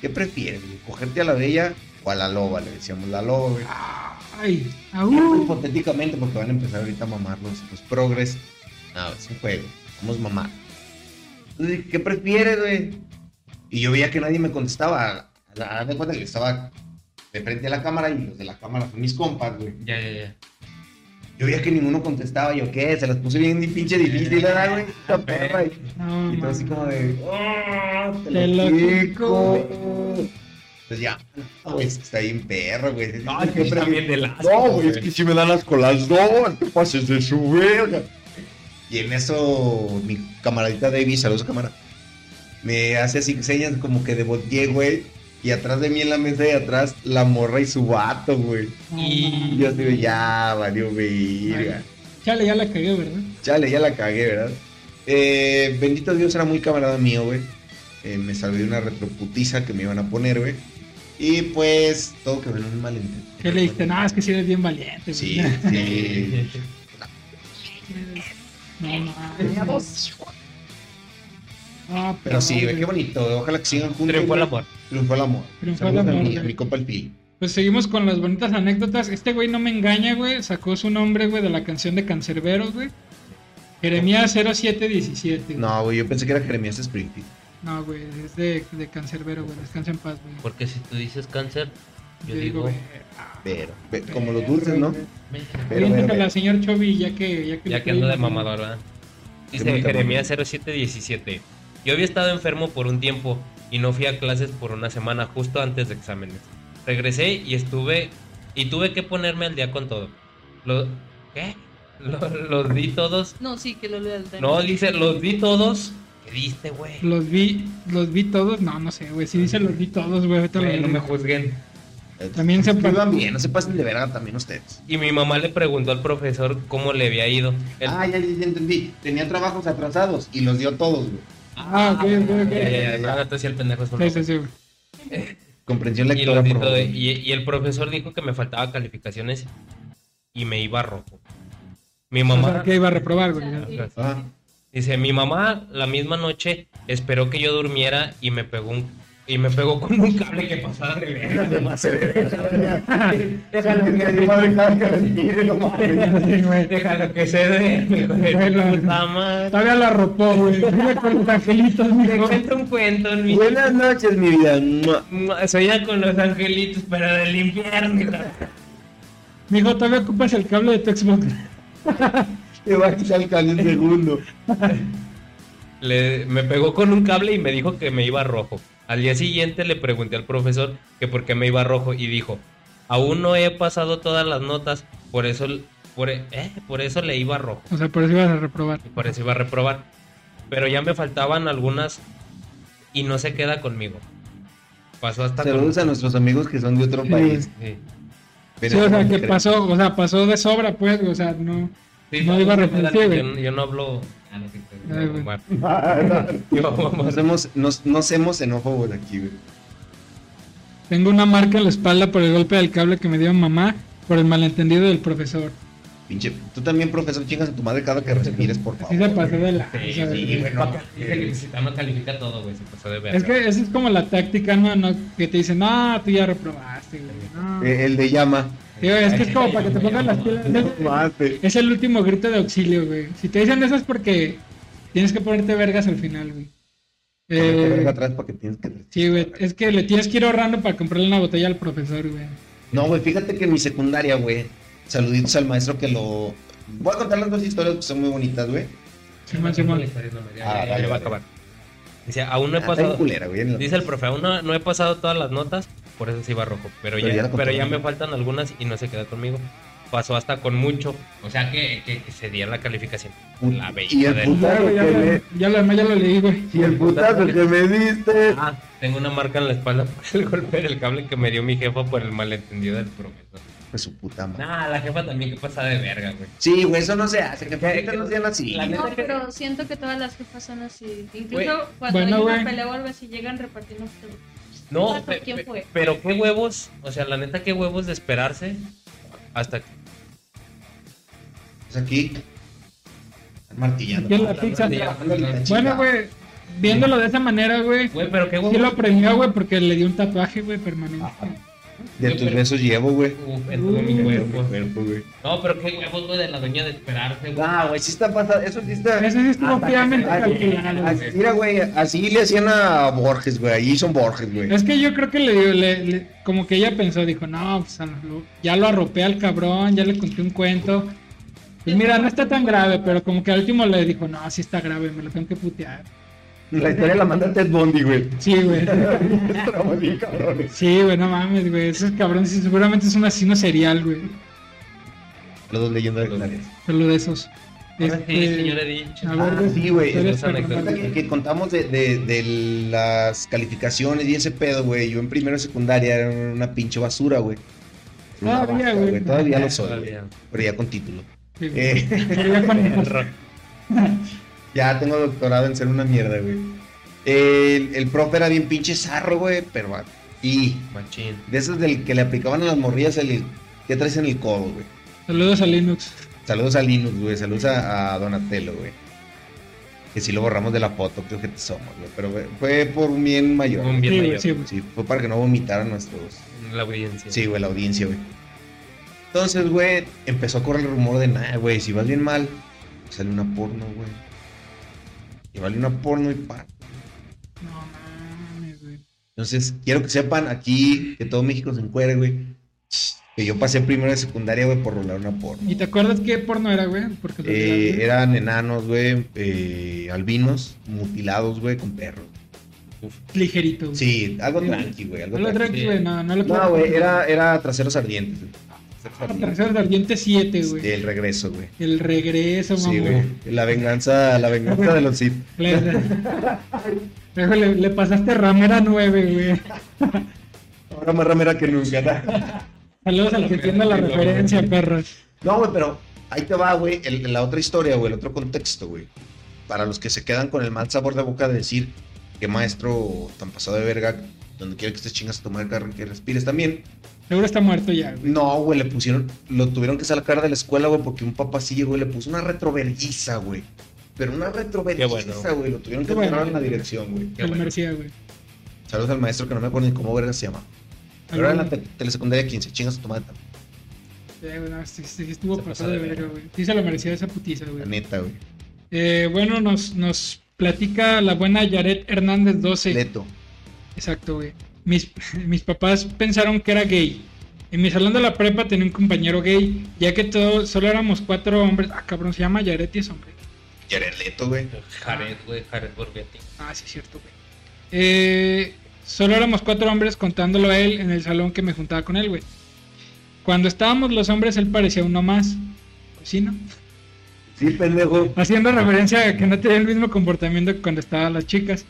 ¿Qué prefieres, güey? ¿Cogerte a la bella o a la loba? Le decíamos la loba, güey.
Ay, aú.
Hipotéticamente, porque van a empezar ahorita a mamar los, los progres. No, es un juego. Vamos a mamar. Entonces, ¿qué prefieres, güey? Y yo veía que nadie me contestaba. Haz de cuenta que estaba de frente a la cámara y los de la cámara son mis compas, güey.
Ya, ya, ya.
Yo veía que ninguno contestaba. Yo, ¿qué? Se las puse bien pinche difícil, ¿verdad, güey? Esta perra. Y
No,
pues, y todo así
mames.
como de. "Ah,
Te
Te
lo
lo
quico".
pico. Pues ya, no, güey, es que está bien perro, güey. No,
Ay,
yo
también
también.
de las.
No, güey, es que si me dan las colas, no, te pases de su verga. Y en eso, mi camaradita Davis, saludos cámara, me hace así señas como que de volteé, güey. Y atrás de mí en la mesa de atrás, la morra y su vato, güey. Y yo digo, ya, valió verga.
Chale, ya la cagué, ¿verdad?
Chale, ya la cagué, ¿verdad? Eh, bendito Dios, era muy camarada mío, güey. Eh, me salvé de una retroputiza que me iban a poner, güey. Y pues, todo que en un malentendido.
¿Qué le dijiste? No, es que si eres bien valiente. güey.
Sí, sí.
No, no. Ah,
Pero sí, güey, qué bonito. Ojalá que sigan juntos.
Triunfó el
güey.
amor.
Triunfó el amor.
Triunfó
Saludos
el amor,
a mi-
güey.
a mi compa el Pili.
Pues seguimos con las bonitas anécdotas. Este güey no me engaña, güey. Sacó su nombre, güey, de la canción de Cancerberos, güey. Jeremías 0717. güey.
No, güey, yo pensé que era Jeremías Springfield.
No, güey, es de, de Cancerbero, güey. Descansa en paz, güey.
Porque si tú dices cáncer, yo
Yo
digo.
güey,
Pero, ve- como los dulces, ¿no? Pero,
Bien,
pero,
toca la
pero.
señor Chovy, ya que... Ya que,
Ya
le
que ando de
pedimos, güey.
mamador, ¿verdad?
Qué
Dice
bonita
Jeremías 0717. Yo había estado enfermo por un tiempo y no fui a clases por una semana justo antes de exámenes. Regresé y estuve y tuve que ponerme al día con todo. Lo, ¿Qué? Lo- los di todos.
No, sí, que lo lea el Dani.
No, dice, los di todos. ¿Qué diste, güey?
Los vi, los vi todos. No, no sé, güey. Si dice los vi todos, güey. ahorita lo
Güey, No
veré.
me juzguen.
También se
Vivan bien, no se pasen de verga también ustedes.
Y mi mamá le preguntó al profesor cómo le había ido. El-
Ah, ya, ya, ya entendí. Tenía trabajos atrasados y los dio todos, güey.
Ah, ok, ok, ok.
Ya, ya, ya, Eh, no, no, tú sí, el pendejo es un
Sí,
loco.
sí, sí, güey.
Comprensión
Y,
lectora,
los di
por favor.
todo, y- y el profesor dijo que me faltaba calificaciones y me iba rojo. Mi
O
mamá
sea, que iba a reprobar, güey.
Ah,
dice, mi mamá la misma noche esperó que yo durmiera y me pegó un- y me pegó con un cable que pasaba de verga.
Sí, güey.
Déjalo que se dé, hijo de
Bueno.
puta madre.
Todavía la arropó, güey. Mira con los angelitos,
Te
mijo.
cuento un cuento, mi
Buenas noches, mi vida. Mua.
Soñé con los angelitos, pero del infierno. hijo.
Mijo, todavía ocupas el cable de tu Xbox.
Te va a quitar el cable un segundo.
Le- me pegó con un cable y me dijo que me iba rojo. Al día siguiente le pregunté al profesor que por qué me iba rojo y dijo, aún no he pasado todas las notas, por eso, por, e- eh, por eso le iba rojo
O sea, por eso ibas a reprobar.
y por eso iba a reprobar. Pero ya me faltaban algunas y no se queda conmigo. Pasó hasta...
(laughs)
con-
Saludos a nuestros amigos que son de otro país.
Sí.
Sí, o sea, que pasó, o sea, pasó de sobra, pues, güey, o sea, no.
Sí,
No iba a repetir, güey.
Yo, yo no hablo... Ah, no, sí,
Ay,
no,
güey.
bueno.
No
(laughs) Yo, vamos,
hacemos, nos, no hacemos enojos aquí, güey.
Tengo una marca en la espalda por el golpe del cable que me dio mamá por el malentendido del profesor.
Pinche, tú también, profesor, chingas a tu madre cada que respires, por
Así se
favor.
pasó de la.
Sí,
o sea,
sí,
güey.
güey, no. Dice que si no califica todo, güey, se pasó de verga.
es que esa es como la táctica, ¿no? No, Que te dicen, no, tú ya reprobaste, güey. no".
Eh, El de llama.
Sí, güey, es que es como para que te pongan las pilas.
Mate.
Es el último grito de auxilio, güey. Si te dicen eso es porque tienes que ponerte vergas al final, güey.
Ponte
Eh,
verga atrás para que tienes que...
sí, güey. Es que le tienes que ir ahorrando para comprarle una botella al profesor, güey.
No, güey, fíjate que en mi secundaria, güey, saluditos al maestro que lo... Voy a contar las dos historias que son muy bonitas, güey.
Simón, Simón.
Ah,
Ah,
dale,
ya va a
dale.
acabar. Dice, aún no he
Ah, está bien
pasado.
culera, güey. en la-
Dice el profe, aún no, no he pasado todas las notas, por eso se iba rojo. Pero,
Pero ya
ya,
la
pero ya
contaron.
me faltan algunas y no se queda conmigo. Pasó hasta con mucho. O sea que, que- que se diera la calificación. La
Y
bella
el
de.
Ya,
putazo
güey, ya,
que
lo-
me...
ya, lo- ya lo leí, güey.
Y el putazo que me diste.
Ah, tengo una marca en la espalda (laughs) por el golpe del cable que me dio mi jefa por el malentendido del profesor.
Pues su puta madre.
Nah, la jefa también que pasa de verga, güey.
Sí, güey, eso no se hace. Que ahorita no sean así.
La
No,
neta que-
pero siento que todas las jefas son así. Incluso
Güey.
cuando
Bueno,
hay una
güey.
pelea o algo así, llegan repartiendo flores.
No,
Paso,
pe-
¿quién
pe-
fue?
pero qué huevos, o sea, la neta, qué huevos de esperarse hasta que
Es Pues aquí. Están martillando.
Aquí en la pizza. Bueno, güey, viéndolo de esa manera, güey.
Güey, pero qué
Sí
huevos.
lo premió, güey, porque le dio un tatuaje, güey, permanente.
De tus besos llevo, güey.
Uf, en todo mi cuerpo.
güey.
No, pero qué huevos, güey, de la doña de esperarse, güey.
Ah, güey, sí está pasando. Eso sí está.
Eso sí estuvo fríamente
Ah,
calculado, güey.
así- Mira, güey, así le hacían a Borges, güey. Ahí son Borges, güey.
Es que yo creo que le dio, le- le- como que ella pensó, dijo, no, pues a lo- ya lo arropé al cabrón, ya le conté un cuento. Pues mira, no está tan grave, pero como que al último le dijo, no, sí está grave, me lo tengo que putear.
La historia la manda Ted Bondi, güey.
Sí,
(laughs)
güey.
Estamos bien cabrones.
Sí, güey, no mames, güey. Ese cabrón sí, seguramente es un asesino serial, güey.
Los dos leyendas legendarias.
Solo de esos.
Ahora sí,
Este,
señora Ditch.
a
Ah,
ver,
sí, güey.
historias
esa anécdota.
Ahorita
paranormales.
que, que contamos de, de- de las calificaciones y ese pedo, güey. Yo en primero de secundaria era una pinche basura, güey. Era una
Todavía,
vaca,
güey.
Todavía lo soy, güey,
Todavía.
pero ya con título.
Sí, güey.
Eh, (laughs)
Pero ya con hijos.
ya tengo doctorado en ser una mierda, güey. El, el profe era bien pinche zarro, güey, pero... va- Y
Machín.
de esos del que le aplicaban a las morrillas el... ¿Qué traes en el codo, güey?
Saludos a Linux.
Saludos a Linux, güey. Saludos a, a Donatello, güey. Que si lo borramos de la foto, creo que te somos, güey. Pero güey, fue por un bien mayor.
Un bien
Sí, güey,
mayor.
sí, güey.
Sí, fue para que no vomitaran nuestros.
La audiencia.
Sí, güey, la audiencia, güey. Entonces, güey, empezó a correr el rumor de nada, güey. Si vas bien mal, sale una porno, güey. Y vale una porno y pa.
No mames, güey.
Entonces, quiero que sepan aquí que todo México se encuere, güey. Que yo pasé primero de secundaria, güey, por rolar una porno.
¿Y te acuerdas qué porno era, güey? Porque
Eh, eran enanos, güey, eh, albinos, mutilados, güey, con perros.
ligerito. güey.
Sí, algo tranqui, güey, algo
No lo
tranqui.
tranqui, güey, no, no lo
No, güey, era, era traseros ardientes. güey.
Tercer de Ardiente 7, güey.
Este, El regreso, güey.
El regreso, mamá.
Sí, güey. La venganza, la venganza de los Sith.
Le, le- Luego le- le pasaste ramera 9, güey.
Ahora más ramera que nunca. ¿no?
Saludos al que entienda la referencia, perros.
No, güey, pero ahí te va, güey, el- la otra historia, güey, el otro contexto, güey. Para los que se quedan con el mal sabor de boca de decir que maestro tan pasado de verga, donde quiera que estés chingas a tu madre, carnal, que respires también.
Seguro está muerto ya, güey.
No, güey, le pusieron, lo tuvieron que sacar de la escuela, güey, porque un papacillo, güey, le puso una retroverguiza, güey. Pero una retroverguiza,
Qué bueno.
güey, lo tuvieron que
Qué bueno.
poner en la dirección, güey.
Qué
El
bueno.
Mercía, güey.
Saludos al maestro que no me acuerdo ni cómo verga se llama. Pero era en la te- telesecundaria 15, chingas tu madre,
Sí, güey, no, sí, sí, sí estuvo
Se pasó
pasado de
de
verga,
verga.
güey. Sí se lo merecía esa putiza, güey.
la neta, güey.
Eh, bueno, nos, nos platica la buena Yaret Hernández 12.
Leto.
Exacto, güey. Mis, (laughs) mis papás pensaron que era gay. En mi salón de la prepa tenía un compañero gay, ya que todos, solo éramos cuatro hombres. Ah, cabrón, se llama Yaret y es hombre.
Ya eres Leto, güey.
Jared, güey, Jared Borghetti.
Ah, sí, es cierto, güey. Eh, solo éramos cuatro hombres contándolo a él en el salón que me juntaba con él, güey. Cuando estábamos los hombres, él parecía uno más. Pues sí, ¿no?
Sí, pendejo.
Haciendo referencia a que no tenía el mismo comportamiento que cuando estaban las chicas.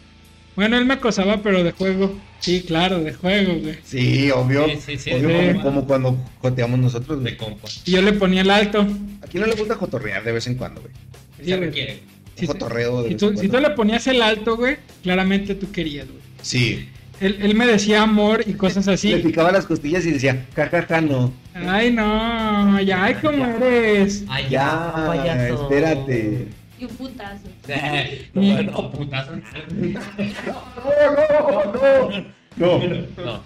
Bueno, él me acosaba, pero de juego. Sí, claro, de juego, güey.
Sí, obvio.
Sí, sí, sí.
Obvio,
Sí.
como- como, cuando joteamos nosotros,
De
güey.
compa.
Y yo le ponía el alto.
Aquí no le gusta cotorrear de vez en cuando, güey.
Sí,
Se
güey.
requiere.
Un
Si tú,
cotorreo de
si
vez
tú-
en
si tú
cuando.
le ponías el alto, güey, claramente tú querías, güey.
Sí.
Él, él me decía amor y
(laughs)
cosas
Le
así.
picaba las costillas y decía, jajaja, no.
Ay, no, ya, ay, cómo eres.
Ay,
Ya,
payaso.
espérate.
Y un putazo.
Eh, No, no, putazo.
no, no, no.
No.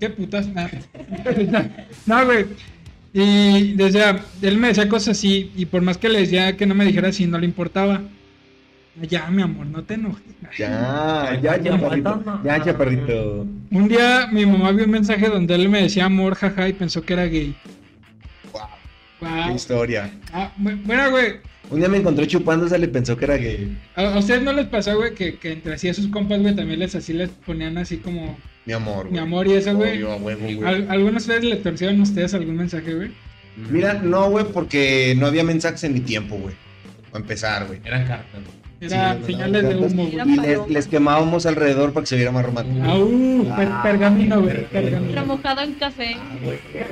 Qué putas, nada. (laughs) no, güey. Y decía, él me decía cosas así, y por más que le decía que no me dijera así, no le importaba. Ya, mi amor, no te enojes.
Ya, ya, chaparrito. Ya, chaparrito.
Un día mi mamá vio un mensaje donde él me decía amor, jaja, y pensó que era gay.
Guau, qué
Wow.
historia.
bueno, güey,
Un día me encontré chupándose, le pensó que era gay.
¿A, a ustedes no les pasó, güey, que, que entre así a sus compas, güey, también les así les ponían así como
Mi amor, güey.
mi amor y eso, güey?
Obvio, a huevo, güey. Ah.
¿Al- ¿Algunas veces le torcieron a ustedes algún mensaje, güey?
Mira, no, güey, porque no había mensajes en mi tiempo, güey. Para empezar, güey.
Eran cartas.
Era
Sí,
señales
no,
de
no,
humo, güey.
Eran
Y les,
palomas.
les quemábamos alrededor para que se viera más romántico.
Ah, uh, per- pergamino, güey,
Pero
pergamino.
mojado en café.
Ah,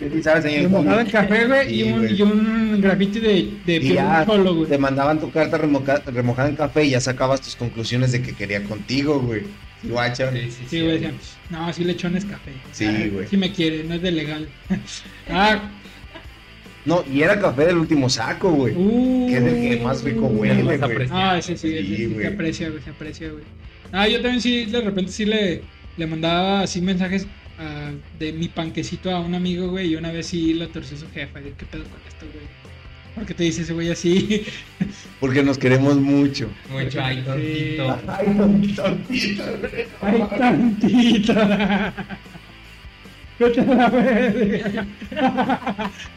Sí, ¿sabes, señor?
Remojado en café, güey,
Sí,
y, un,
güey.
y un graffiti de, de
Y ya,
solo,
Te
güey.
mandaban tu carta remoca- remojada en café y ya sacabas tus conclusiones de que quería contigo, güey. Sí, Guacha.
Sí, sí,
Sí, güey, decían, no, sí lechones café.
Sí, güey.
Si me quiere, no es de legal. (laughs) ah,
No, y era café del último saco, güey. (laughs)
uh.
Que es el que más rico huele,
más
güey.
apreciado.
Ah, sí, sí, sí,
Sí,
sí,
güey.
se aprecia, güey, se aprecia, güey. Ah, yo también sí, de repente sí le, le mandaba así mensajes ah, de mi panquecito a un amigo, güey, y una vez sí lo torció su jefa, de qué pedo con esto, güey. ¿Por qué te dice ese güey así?
Porque nos queremos mucho.
Mucho ay, tortito.
Ay, don Tortito.
Eh, Ay, tantito. Vete a la verga.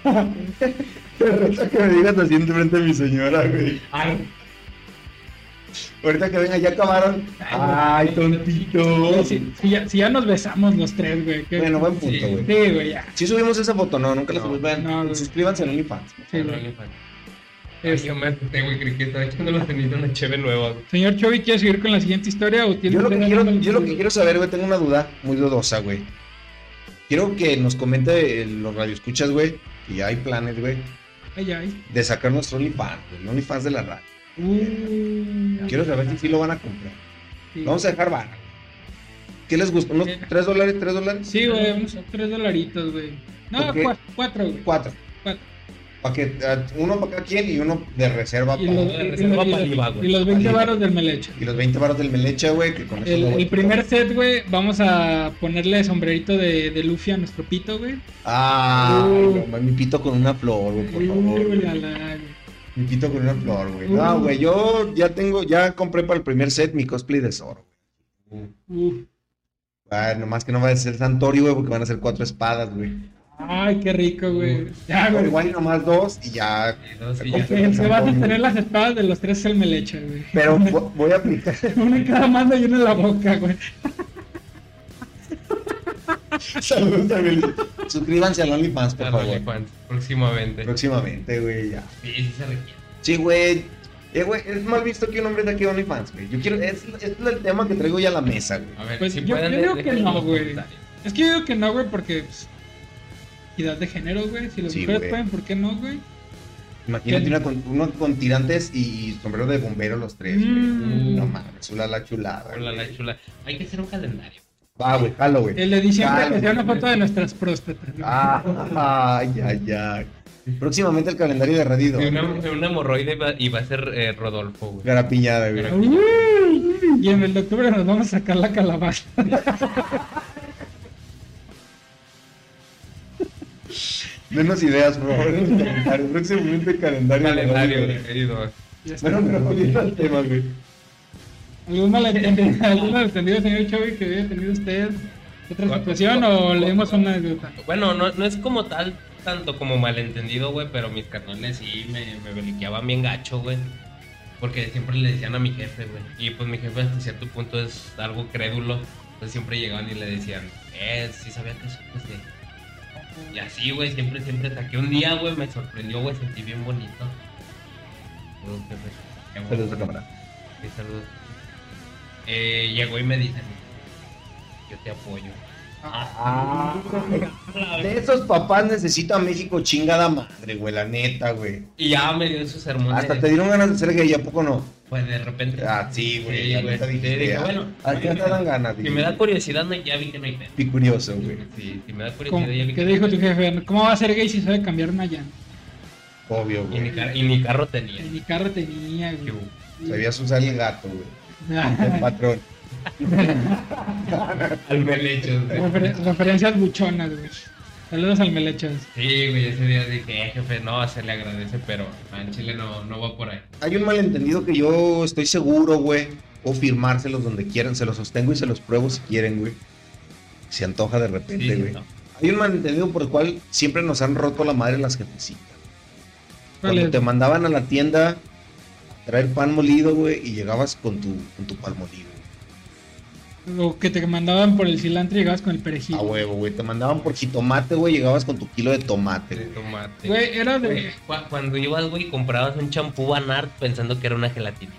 Te reto que me digas así en frente de mi señora, güey.
Ay,
Ahorita que venga, ya acabaron. Ay, tontito.
Si, si ya, si ya nos besamos los tres, güey. qué-
Oh. Bueno, buen
Sí.
punto,
Sí,
güey.
güey, ya.
Si subimos esa foto, no, nunca la
No,
subimos. Vean,
no, güey.
suscríbanse en OnlyFans.
Sí, güey.
Rolling Fan. Ay, yo me asusté, güey, creí que estaba echando la cenita una cheve nueva. güey.
Señor Chovy, ¿quiere seguir con la siguiente historia o tiene
Yo lo que
usted
quiero,
algo en
yo lo que
su-
quiero saber, güey, tengo una duda muy dudosa, güey. Quiero que nos comente eh, los radioescuchas, güey, que ya hay planes, güey,
Ay, ay.
de sacar nuestro OnlyFans, güey, el OnlyFans de la radio.
Uh,
Quiero saber si sí lo van a comprar.
sí.
Vamos a dejar vara. ¿Qué les gusta? ¿Unos
Eh.
3 dólares, 3 dólares?
Sí, güey, unos tres dolaritos, güey. No,
Ok.
cua- cuatro, güey.
Cuatro.
Cuatro.
Pa' que, ah, uno para cada quien y uno de reserva
Y
pa-
los,
de
y- y
reserva
los- y
para
los-
IVA, güey.
y los 20
Para
varos del Melecho.
y los 20 baros del Melecha, güey, que con eso
El,
no voy
el
a-
primer set, güey, vamos a ponerle sombrerito de, de Luffy a nuestro pito, güey.
Ah,
Uh.
ay, no, mi pito con una flor, güey, por favor.
Uh,
güey.
la, la, güey.
Mi pito con una flor, güey.
Uh.
No, güey, yo ya tengo, ya compré para el primer set mi cosplay de Zoro. güey.
Uh.
Ah, nomás que no va a ser Santorio, güey, porque van a ser cuatro espadas, güey.
Ay, qué rico, güey. Ya,
Pero
güey.
igual y nomás dos y ya.
No, sí,
Con-
ya.
El que va a tener las espadas de los tres es el Melecha, güey.
Pero vo- voy a aplicar. (laughs)
Una en cada mano y una en la boca, güey.
Saludos, Abel. Suscríbanse al OnlyFans, por
Al
favor.
OnlyFans, próximamente.
Próximamente, güey, ya.
Sí, sí se requiere.
Sí, güey. Eh, güey, es mal visto que un hombre de aquí OnlyFans, güey. Yo quiero. Es, es el tema que traigo ya a la mesa, güey.
A ver,
Pues
si
yo-
pueden,
yo
de-
digo que
déjenlo en
no,
los
güey.
comentarios.
Es que yo digo que no, güey, porque. pues, equidad de género, güey. Si las
Sí,
mujeres
güey.
pueden, ¿por qué no, güey?
Imagínate
¿Qué?
una con, uno con tirantes y sombrero de bombero los tres, güey.
Mm.
No mames, una la chulada.
Hola,
güey.
la chula. Hay que hacer un calendario.
Va, güey, jalo, güey.
El de diciembre
Claro.
que sea una foto de nuestras próstatas. güey.
Ah, ay, ay, ay. Próximamente el calendario de Redido.
De una, de una hemorroide va- y va a ser eh, Rodolfo, güey.
Garapiñada, güey.
Pero-
Uy, y en el de octubre nos vamos a sacar la calabaza. (laughs)
Menos ideas, por favor, en los comentarios. Próximamente el calendario. de
calendario,
Redido.
querido.
Ya está.
Bueno, pero volviendo al tema, güey. (laughs)
¿Algún malentendido, algún malentendido, señor Chovy, que haya tenido usted? ¿Otra
Con-
situación
con-
o
con-
le dimos una anécdota?
Bueno, no, no es como tal, tanto como malentendido, güey, pero mis carnales sí me, me beliqueaban bien gacho, güey. Porque siempre le decían a mi jefe, güey. Y pues mi jefe hasta cierto punto es algo crédulo. Pues siempre llegaban y le decían, eh, sí sabía que eso es gay". Y así, güey, siempre, siempre. Hasta que un día, güey, me sorprendió, güey, sentí bien bonito. Saludos, jefe. Qué bueno.
Saludos a cámara.
Sí, saludos. Eh, llegó y me dice, yo te apoyo.
Ah. De esos papás necesito a México chingada madre, güey, la neta, güey.
Y ya me dio sus sermones.
Hasta te dieron ganas de ser gay, ¿a poco no?
Pues de repente.
Ah, sí, güey,
Sí,
la
güey.
neta
Sí,
dijiste,
dije,
ah,
bueno,
¿A qué te dan ganas?
Si me da curiosidad, no, ya vi que no hay pedo.
Pi curioso, güey.
Sí, si me da
¿Cómo-
curiosidad, ya vi
¿Qué
que no hay
dijo tu
pedo.
jefe? ¿Cómo va a ser gay si sabe cambiar una llanta?
Obvio,
Y ni,
güey.
car- y ni carro tenía.
En mi carro tenía, güey.
Sabías usar el gato, güey.
(laughs)
El
Refer-
patrón.
Al melecho.
referencias buchonas, güey. Saludos al Melechas.
Sí, güey, ese día dije, eh, jefe, no, se le agradece, pero en Chile no, no va por ahí.
Hay un malentendido que yo estoy seguro, güey. O firmárselos donde quieran, se los sostengo y se los pruebo si quieren, güey. Se antoja de repente,
Sí,
güey.
no.
Hay un malentendido por el cual siempre nos han roto la madre las jefecitas.
¿Cuál
Cuando
es?
te mandaban a la tienda a traer pan molido, güey, y llegabas con tu, con tu pan molido.
O que te mandaban por el cilantro y llegabas con el perejil.
A huevo, güey. Te mandaban por jitomate, güey, llegabas con tu kilo de tomate,
De
güey.
tomate.
Güey, era de.
Güey, cu- cuando ibas, güey, comprabas un champú Banart pensando que era una gelatina.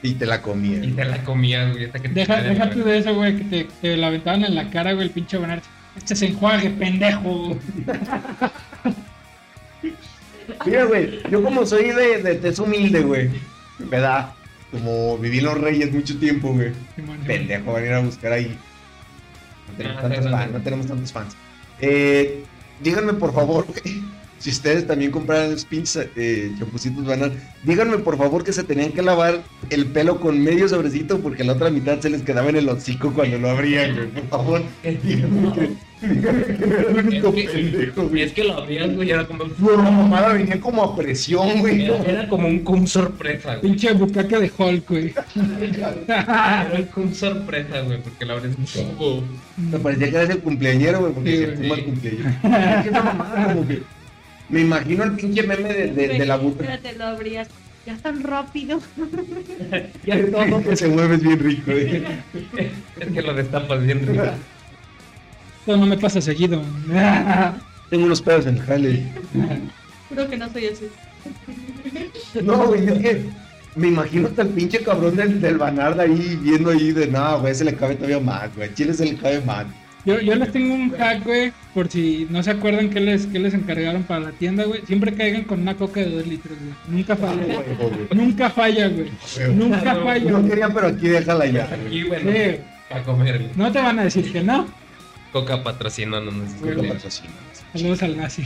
Y te la comías.
Y te la comías, güey, hasta que te
Deja,
sale la
déjate
verga.
de eso, güey, que te, te lo aventaban en la cara, güey, el pinche Bernard. Este se enjuague, (laughs) pendejo.
Mira, güey, yo como soy de, de tez humilde, güey, ¿verdad? Como viví en Los Reyes mucho tiempo, güey.
Simón, Simón.
Pendejo, van a ir a buscar ahí. No tenemos
Ah,
tantos
sí,
fans,
sí.
no tenemos tantos fans. Eh, díganme, por favor, (laughs) güey, si ustedes también compraran los pinches eh, champucitos banal, díganme, por favor, que se tenían que lavar el pelo con medio sobrecito porque la otra mitad se les quedaba en el hocico cuando lo abrían, güey. Por (laughs) favor, díganme que, díganme que no era el único
Es que-
pendejo,
Y
güey.
es que lo abrías, güey, era como,
No, la mamada venía como a presión, güey.
era, era como un cum sorpresa, güey. Ah,
Pinche bucaca de Hulk, (laughs) güey.
Era un cum sorpresa, güey, porque la abres un tubo.
Me parecía que eras el cumpleañero, güey, porque
Sí,
se
güey.
fuma el cumpleañero. Es que esa mamada, como que- Me imagino el pinche meme de, de- de la buca.
Espérate, lo abrías. Ya es tan rápido.
(laughs)
(laughs)
que se mueve es bien rico, eh. güey.
(laughs) Es que lo destapas bien rico.
Esto no me pasa seguido. (laughs)
Tengo unos pedos en el jale.
Juro que no soy así.
No, güey, es que me imagino hasta el pinche cabrón del, del Banarda ahí viendo ahí de no, güey, se le cabe todavía más, güey. Chile se le cabe más.
Yo, yo les tengo un hack, güey, por si no se acuerdan qué les, qué les encargaron para la tienda, güey. Siempre caigan con una coca de 2 litros, güey. Nunca falla, Ah, güey. Nunca falla, güey. Nunca falla.
No quería, pero aquí déjala ya. güey.
Aquí, bueno,
Sí,
a comer. güey.
No te van a decir que no.
Coca patrocinándonos.
Que lo
güey.
patrocinen.
Saludos al nazi.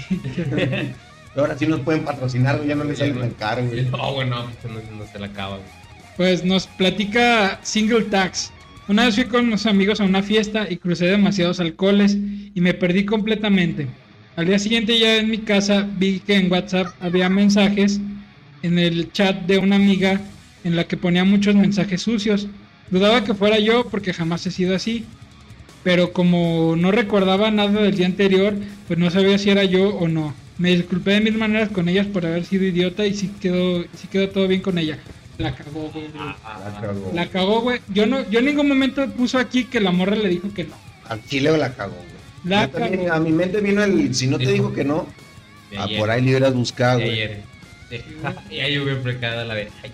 Ahora sí nos pueden patrocinar, güey, ya no les sale tan caro, güey.
No, güey, no, pues, no, no se la acaba, güey.
Pues nos platica Single Tax. Una vez fui con unos amigos a una fiesta y crucé demasiados alcoholes y me perdí completamente. Al día siguiente ya en mi casa vi que en WhatsApp había mensajes en el chat de una amiga en la que ponía muchos mensajes sucios. Dudaba que fuera yo porque jamás he sido así. Pero como no recordaba nada del día anterior, pues no sabía si era yo o no. Me disculpé de mil maneras con ellas por haber sido idiota y sí quedó, sí quedó todo bien con ella. La cagó, güey.
La cagó.
La cagó, güey. Yo no, yo en ningún momento puso aquí que la morra le dijo que no.
Al Chile la cagó, güey.
La
Yo también,
cagó.
a mi mente vino el, si no te
Dijo.
dijo que no,
De
ah,
ayer,
por ahí le hubieras buscado,
De
güey.
ayer. De- (laughs) Ya yo hubiera precado la de. ay,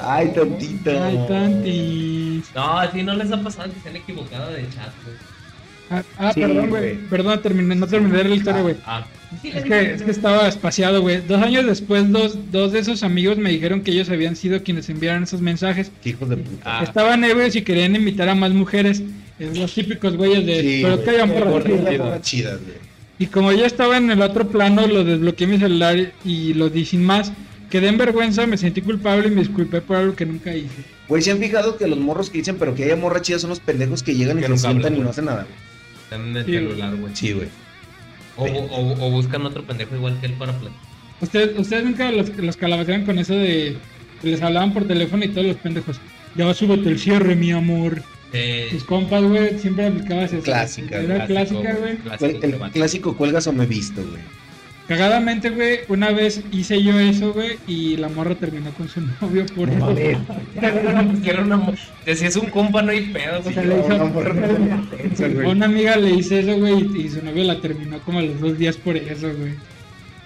Ay, tantito.
Ay, tantis.
No, si no les ha pasado que se han equivocado de chat, güey.
Ah, ah,
Sí,
perdón,
güey.
güey. Perdón, terminé, no terminé la historia, güey.
Ah,
Sí,
Es
les
que,
dije,
es que estaba espaciado, güey. Dos años después, dos, dos de esos amigos me dijeron que ellos habían sido quienes enviaron esos mensajes.
Qué Hijos de puta.
ah.
Estaban ebrios y querían invitar a más mujeres. Es los típicos güeyes de...
Sí,
pero
güey.
que hayan por
Por
aquí".
ahí la chidas, güey.
Y como ya estaba en el otro plano, lo desbloqueé mi celular y lo di sin más. Quedé en vergüenza, me sentí culpable y me disculpé por algo que nunca hice.
Güey, ¿se han fijado que los morros que dicen, pero que haya morra chida son los pendejos que llegan
Que
y se
nunca
sientan
hablan,
y no
güey.
hacen nada?
están en el
Sí, güey.
celular, güey.
Sí, güey.
O, o, o buscan otro pendejo igual que él para platicar.
Ustedes, ustedes nunca los, los calabacearon con eso de que les hablaban por teléfono y todos los pendejos. Ya súbete el cierre, mi amor.
Eh,
Tus compas, güey, siempre aplicabas eso.
Clásica,
Era
clásico,
clásica, güey.
clásico,
El, el
güey.
clásico cuelgas o me visto, güey.
Cagadamente, güey, una vez hice yo eso, güey, y la morra terminó con su (laughs) novio por eso.
(laughs) Era una mo- que si es un compa no hay pedo, güey.
O sea, le hizo-
una morra muy intensa,
A
güey.
una amiga le hice eso, güey, y- y su novio la terminó como a los dos días por eso, güey.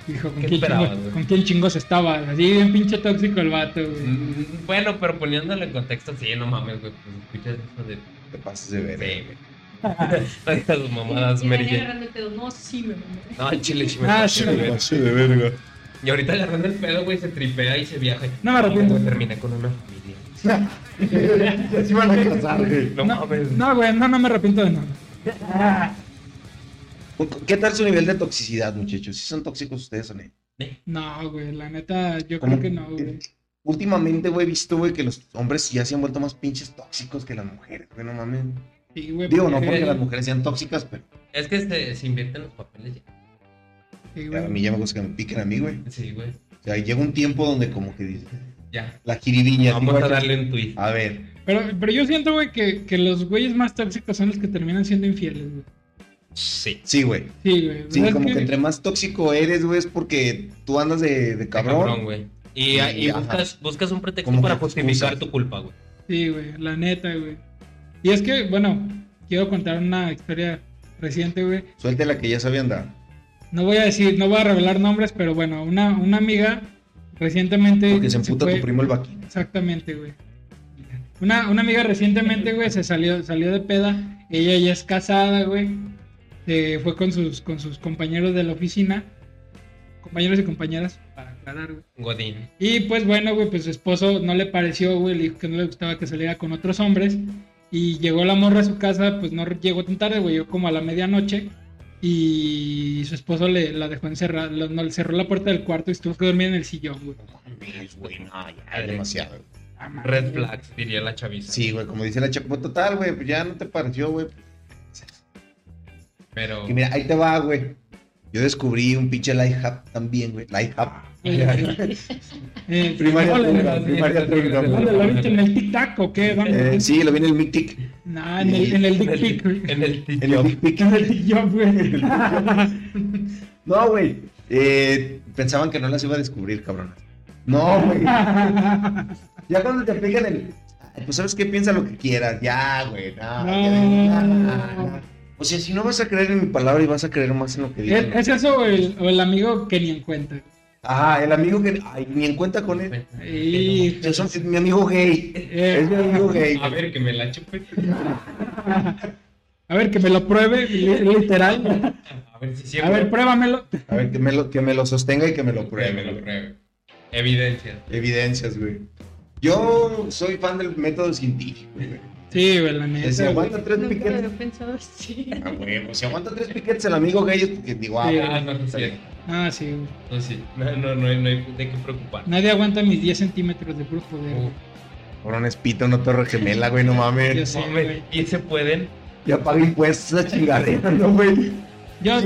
Dijo, ¿con
¿Qué
quién,
esperabas,
chingos,
güey?
¿con quién chingos estaba? Así, bien pinche tóxico el vato, güey.
Mm, Bueno, pero poniéndolo en contexto, sí, no mames, güey. Pues escuchas eso de. Sí,
Te pasas de ver.
güey. (laughs) Ay, las mamadas,
"Ay,
Mary
Dani,
Jane.
agarrando el pedo". No, sí, me mamé.
No, en chile, chile.
Ah,
chile,
sí,
güey.
de verga.
Y ahorita agarrando el pedo, güey, se tripea y se viaja.
No me arrepiento.
Y luego Termina con una familia.
Ya se iban a casar, güey.
No,
No,
mames.
no, güey, no, no me arrepiento de nada.
¿Qué tal su nivel de toxicidad, muchachos? ¿Si son tóxicos ustedes o no?
No, güey, la neta, yo
Como-
creo que no, güey.
Últimamente, güey, he visto, güey, que los hombres ya se han vuelto más pinches tóxicos que las mujeres, güey, no mames.
Sí, güey.
Digo, no porque
sí,
las mujeres sean tóxicas, pero
Es que se, se invierten los papeles ya.
sí,
a
güey.
mí ya me gusta que me piquen a mí, güey.
Sí, güey.
O sea, llega un tiempo donde como que dice,
Ya.
la jiribilla.
Vamos
digo,
a darle un tweet.
A ver,
Pero, pero yo siento, güey, que, que los güeyes más tóxicos son los que terminan siendo infieles, güey.
Sí.
sí, güey.
Sí, güey.
Sí,
¿Sabes
como
qué?
que entre más tóxico eres, güey, es porque tú andas de, de cabrón.
Cabrón, güey. Y,
Sí,
y
ajá.
buscas, buscas un pretexto
Como
para
que excusa.
justificar tu culpa, güey.
Sí, güey, la neta, güey. Y es que, bueno, quiero contar una historia reciente, güey.
Suéltela que ya sabía andar.
No voy a decir, no voy a revelar nombres, pero bueno, una, una amiga recientemente.
Porque se emputa
fue-
tu primo el vaquín.
Exactamente, güey. Una, una amiga recientemente, güey, se salió, salió de peda. Ella ya es casada, güey. Se fue con sus, con sus compañeros de la oficina. Compañeros y compañeras, para aclarar, güey.
Godín.
Y pues bueno, güey, pues su esposo no le pareció, güey, le dijo que no le gustaba que saliera con otros hombres. Y llegó la morra a su casa, pues no llegó tan tarde, güey, llegó como a la medianoche. Y su esposo le la dejó encerrada, lo- no, le cerró la puerta del cuarto y estuvo que dormir en el sillón, güey.
güey, no, ya.
ya.
Demasiado. güey.
Red flags, diría la chaviza.
Sí, güey, como dice la chapa, total, güey, pues ya no te pareció, güey.
Pero.
Que mira, ahí te va, güey. Yo descubrí un pinche light hack también, güey. Light hack.
(laughs) Eh,
Primaria
¿cómo le-
trunca, primaria trunca, güey.
¿Dónde lo viste? ¿En el tic-tac o qué? ¿Dónde?
Eh, sí, lo vi en el Mictic.
Nah, en el, en el
En
dick
el-
pic, güey.
En el
En el
TikTok.
Mictic.
(laughs) En el dick job, güey.
No, güey. Eh, pensaban que no las iba a descubrir, cabrón. No, güey.
(laughs)
Ya cuando te aplican el. "Ay, Pues sabes qué piensa lo que quieras. Ya, güey. No, ya ven, ya, ya. O sea, si no vas a creer en mi palabra y vas a creer más en lo que digo.
¿Es, es eso o el, o el amigo que ni en cuenta?
Ah, el amigo que ay, ni en cuenta con él.
Y-
Yo soy- es mi amigo gay.
eh,
Es mi amigo gay.
A ver, que me la chupe.
a ver, que me lo pruebe, li- literal.
A ver si
A
siempre.
ver, pruébamelo.
A ver, que me lo, que me lo sostenga y que me lo
pruebe,
pruebe.
me lo pruebe. Evidencia.
Evidencias, güey. Yo soy fan del método científico, güey.
Sí, güey, la neta.
Si
güey.
aguanta tres
Nunca lo
piquetes,
había pensado así.
a huevo. Si aguanta tres piquetes el amigo gay es porque digo, ah,
Sí.
bueno,
Ah, no, no es
está bien.
cierto.
Ah, sí, güey.
No, sí. No, no, no, hay- no hay de qué preocupar.
Nadie aguanta mis 10 centímetros de brujo, güey.
Uh,
Por un espito, una torre gemela, güey, no
Yo
mames.
sé,
mames,
güey.
y se pueden.
Ya paga impuestos esa chingadera, ¿no, güey?
Yo,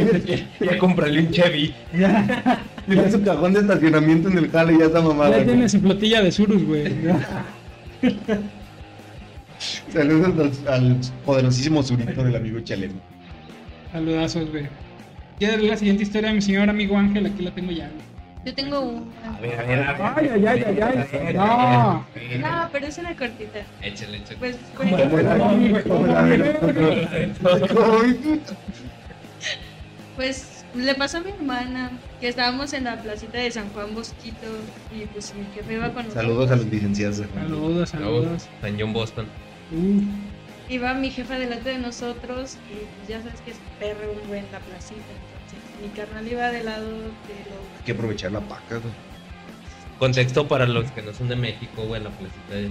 Ya comprarle un Chevy.
ya,
Tiene su cajón de estacionamiento en el jale y ya está mamada.
ya
güey.
tiene su flotilla de surus, güey.
Saludos al, al poderosísimo surito del amigo (laughs) Chaleno.
Saludazos, güey. Quiero leer la siguiente historia de mi señor amigo Ángel, aquí la tengo ya, güey.
Yo tengo un.
A ver, a ver, a
Ay, ay, ay, ay, ay. No.
No, pero es una cortita.
Échale, échale.
Pues,
Como
pues,
la- como la- Ay,
pues, le pasó a mi hermana que estábamos en la placita de San Juan Bosquito y pues mi jefe iba con nosotros.
Saludos a los licenciados. de Juan.
Saludos, saludos.
San John Boston.
Uh,
Iba mi jefa delante de nosotros y pues, ya sabes que es perro un buen la placita. Entonces, mi carnal iba del lado de
Hay
los.
que aprovechar la paca, güey.
Contexto para los que no son de México, güey, la placita es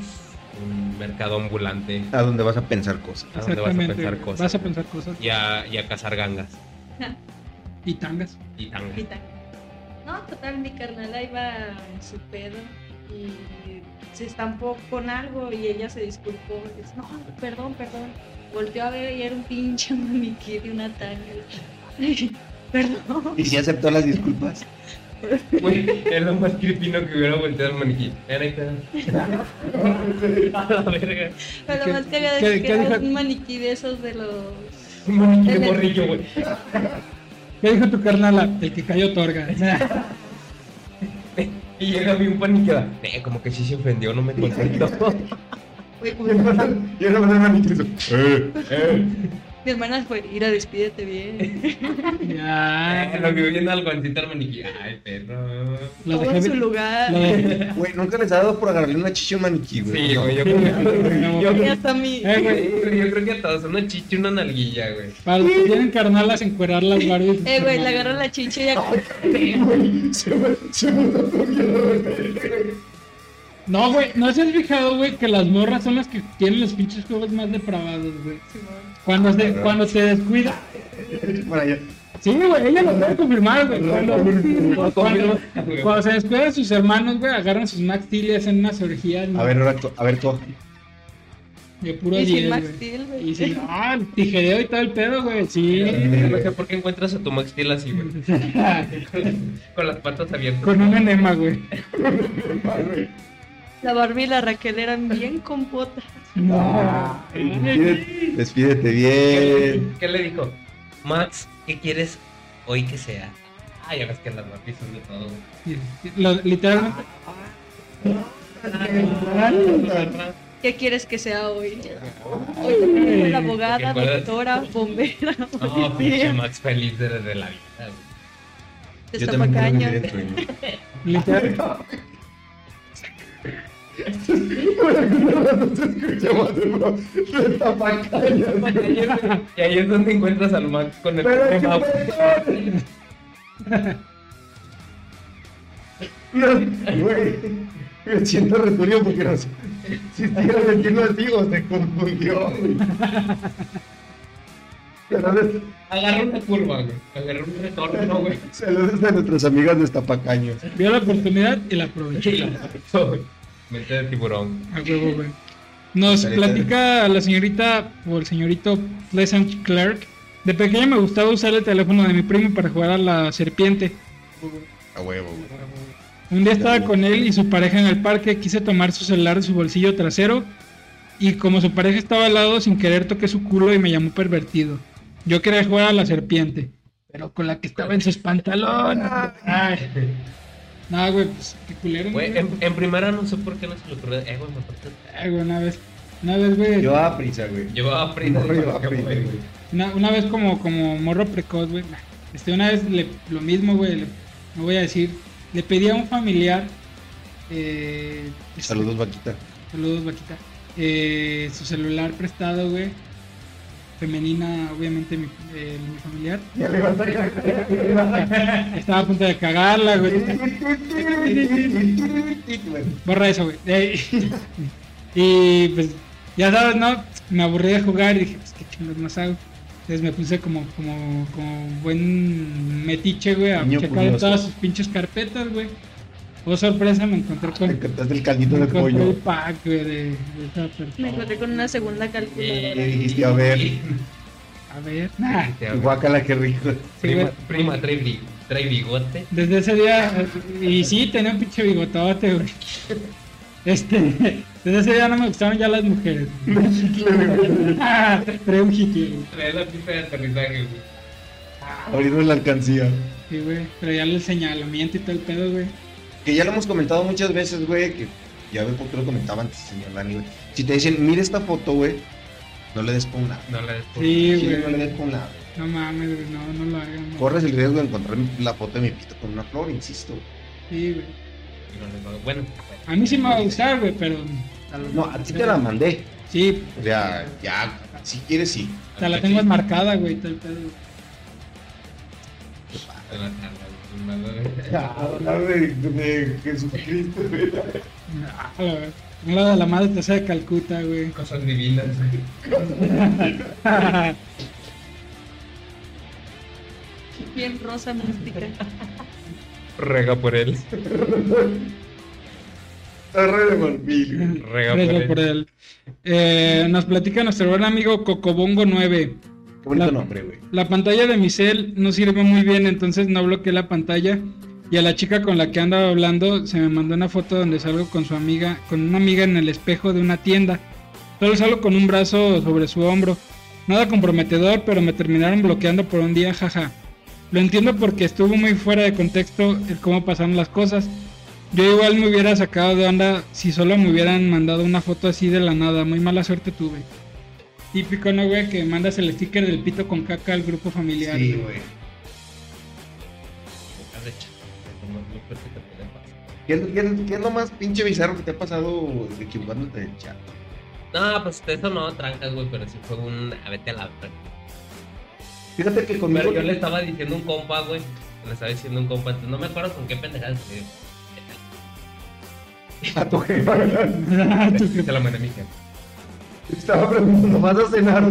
un mercado ambulante
A donde vas a pensar cosas.
a donde vas a
exactamente.
pensar
güey.
cosas.
Vas a pensar cosas.
y a, y a cazar gangas
Y
(laughs)
tangas.
y tangas.
Y tal. No, total, mi carnala iba en su pedo y se estampó con algo y ella se disculpó. y dice, no, perdón, perdón. Volteó a ver y era un pinche maniquí de una (laughs) tanga. perdón.
¿Y si aceptó las disculpas?
Güey, es lo más creepino que hubiera volteado el maniquí. Era ahí está. (laughs) A la verga.
Pero
¿Qué-
lo más cagado
qué-
es que
qué
era
dijo?
un maniquí de esos de los.
Un maniquí de morrillo, güey.
¿Qué dijo tu carnala? El que cayó torga.
(laughs)
Y llega a mí un pan y queda. Eh, como que sí se ofendió, no me contestó. (laughs)
Yo no me Eh, eh.
Mi hermana fue, ira, despídete bien.
ya.
Eh, lo que viene al guantito al maniquí. Ay, perro.
Lo
Todo en su
dejé.
lugar.
Lo dejé.
Güey, nunca les ha dado por agarrarle una chicha a un maniquí, güey.
Sí,
No.
güey, yo
(laughs)
creo que. Yo
(laughs) Y
creo
hasta mi.
Eh, güey.
que- yo creo que a todos, una chicha y una nalguilla, güey.
Para los que tienen carnalas, encuerar las guardias.
Eh, güey, le agarró la chicha y ya.
No, güey, ¿no se has fijado, güey, que las morras son las que tienen los pinches juegos más depravados, güey? Cuando, se, cuando te descuida.
Para allá.
Sí, güey, ella lo puede confirmar, güey. Cuando, cuando, cuando se descuidan sus hermanos, güey, agarran sus Max Steel y hacen unas orgías
A ver, ahora, co- a ver, co-
de puro
Y
10,
sin Max
güey.
Steel,
Y
güey.
sin, ah, el tijereo y todo el pedo, güey, sí.
No sé por qué encuentras a tu Max Steel así,
(laughs)
güey. Con las patas abiertas.
Con un enema, güey.
La Barbie y la Raquel eran bien compotas.
No.
Despídete, despídete bien.
¿Qué le dijo? Max, ¿qué quieres hoy que sea? Ah, ya ves que las Barbies son de todo. güey.
Lo- literalmente. (laughs)
¿Qué quieres que sea hoy? Hoy te tengo la abogada,
¿Te acuerdas?
doctora, bombera, (laughs)
No, pinche
policía,
Max feliz desde la vida, güey.
destapacaña.
literal-
Y ahí es- Y ahí es donde encuentras al Max con el tema.
No, güey. Me siento returido porque no sé si estuviera metiendo así o se confundió, güey. Saludos,
Agarra una curva, güey. Agarra un retorno,
(laughs)
güey.
saludos a nuestras amigas de Estapacaños.
Vio la oportunidad y la aprovechó.
Y la soltó, güey. Mente de tiburón.
A huevo, güey. Nos
Ahorita-
platica la señorita o el señorito Pleasant Clark. De pequeña me gustaba usar el teléfono de mi primo para jugar a la serpiente.
A huevo, güey.
Un día estaba con él y su pareja en el parque. Quise tomar su celular de su bolsillo trasero. Y como su pareja estaba al lado, sin querer toqué su culo y me llamó pervertido. Yo quería jugar a la serpiente. Pero con la que estaba en sus pantalones. Ay. No, güey, pues qué culero. ¿no,
Güey, eh.
güey?
en, en primera no sé por qué no se le ocurrió. Eh, güey, me falta-
Ay, güey, una vez. Una vez, güey.
Yo a prisa, güey.
Llevaba prisa.
No, llevaba prisa, güey.
Una, una vez como, como morro precoz, güey. nah, Este, una vez le- lo mismo, güey. le- No voy a decir le pedí a un familiar. eh, este,
Saludos, vaquita.
Saludos, vaquita. Eh, su celular prestado, güey. Femenina, obviamente, mi, eh, mi familiar. Estaba a punto de cagarla, güey. Borra eso, güey. Eh, (laughs) y pues, ya sabes, ¿no? Me aburrí de jugar y dije, pues qué chingados más hago. Entonces me puse como, como, como buen metiche, güey, a
Niño
checar
curioso.
todas sus pinches carpetas, güey. Oh, sorpresa, me encontré con,
Te cantaste el caldito
me
de
encontré el
pollo.
pack, güey, de, de esa persona.
Me encontré con una segunda calculadora.
Eh.
Le dijiste, a ver,
A ver, (laughs) nah.
guácala, qué rico.
Sí, güey.
Prima, prima, trae, bi- trae bigote.
Desde ese día, eh, y sí, tenía un pinche bigotote, güey. Este, desde ese día no me gustaron ya las mujeres. (laughs) Ah, Trae un jique, güey.
Trae la pista de aterrizaje, güey.
Abrimos la alcancía.
Sí, güey, traía el señalamiento y todo el pedo, güey.
Que ya lo hemos comentado muchas veces, güey, que ya ve por qué lo comentaba antes, señor Dani, güey. Si te dicen, mira esta foto, güey, no le des por un lado.
No la descubrí.
Sí,
Sí, no le
güey.
des por un lado.
No mames, güey, no, no lo hagan. güey.
Corres el riesgo de encontrar la foto de mi pito con una flor, insisto.
Sí, güey.
Y no les va- Bueno,
A mí sí me va a gustar, güey, pero. a lo-
No, a ti te la mandé.
Sí,
O sea, ya, si quieres, sí.
te la tengo enmarcada, güey, todo el pedo. güey.
Te la tengo en la-
Hablar de, de Jesucristo, güey.
Ah, la verdad. Un lado de la madre tercera de Calcuta, güey.
Cosas divinas.
Bien
(laughs)
rosa mística.
Rega por él.
Torre de marfil, güey.
Rega
Preso
por él.
por él. Eh, nos platica nuestro buen amigo Cocobongo 9.
Qué bonito
La-
nombre, güey.
La pantalla de mi cel no sirve muy bien, entonces no bloqueé la pantalla. Y a la chica con la que andaba hablando se me mandó una foto donde salgo con su amiga, con una amiga en el espejo de una tienda. Solo salgo con un brazo sobre su hombro. Nada comprometedor, pero me terminaron bloqueando por un día, jaja. Lo entiendo porque estuvo muy fuera de contexto el cómo pasaron las cosas. Yo igual me hubiera sacado de onda si solo me hubieran mandado una foto así de la nada. Muy mala suerte tuve. Típico, ¿no, güey? Que mandas el sticker del pito con caca al grupo familiar.
Sí,
güey.
güey.
Has hecho. Lo más loco que te puede pasar.
¿Qué, es- qué, es- qué es lo más pinche bizarro que te ha pasado equivocándote del chat?
No, pues eso no trancas, güey, pero sí fue un. A vete a la.
Fíjate que conmigo...
Pero yo le estaba diciendo a un compa, güey. Le estaba diciendo a un compa, entonces no me acuerdo con qué pendejada se (laughs) dio.
A tu jefa.
Se la mandé a mi jefe.
(laughs) Estaba preguntando, ¿vas a cenar?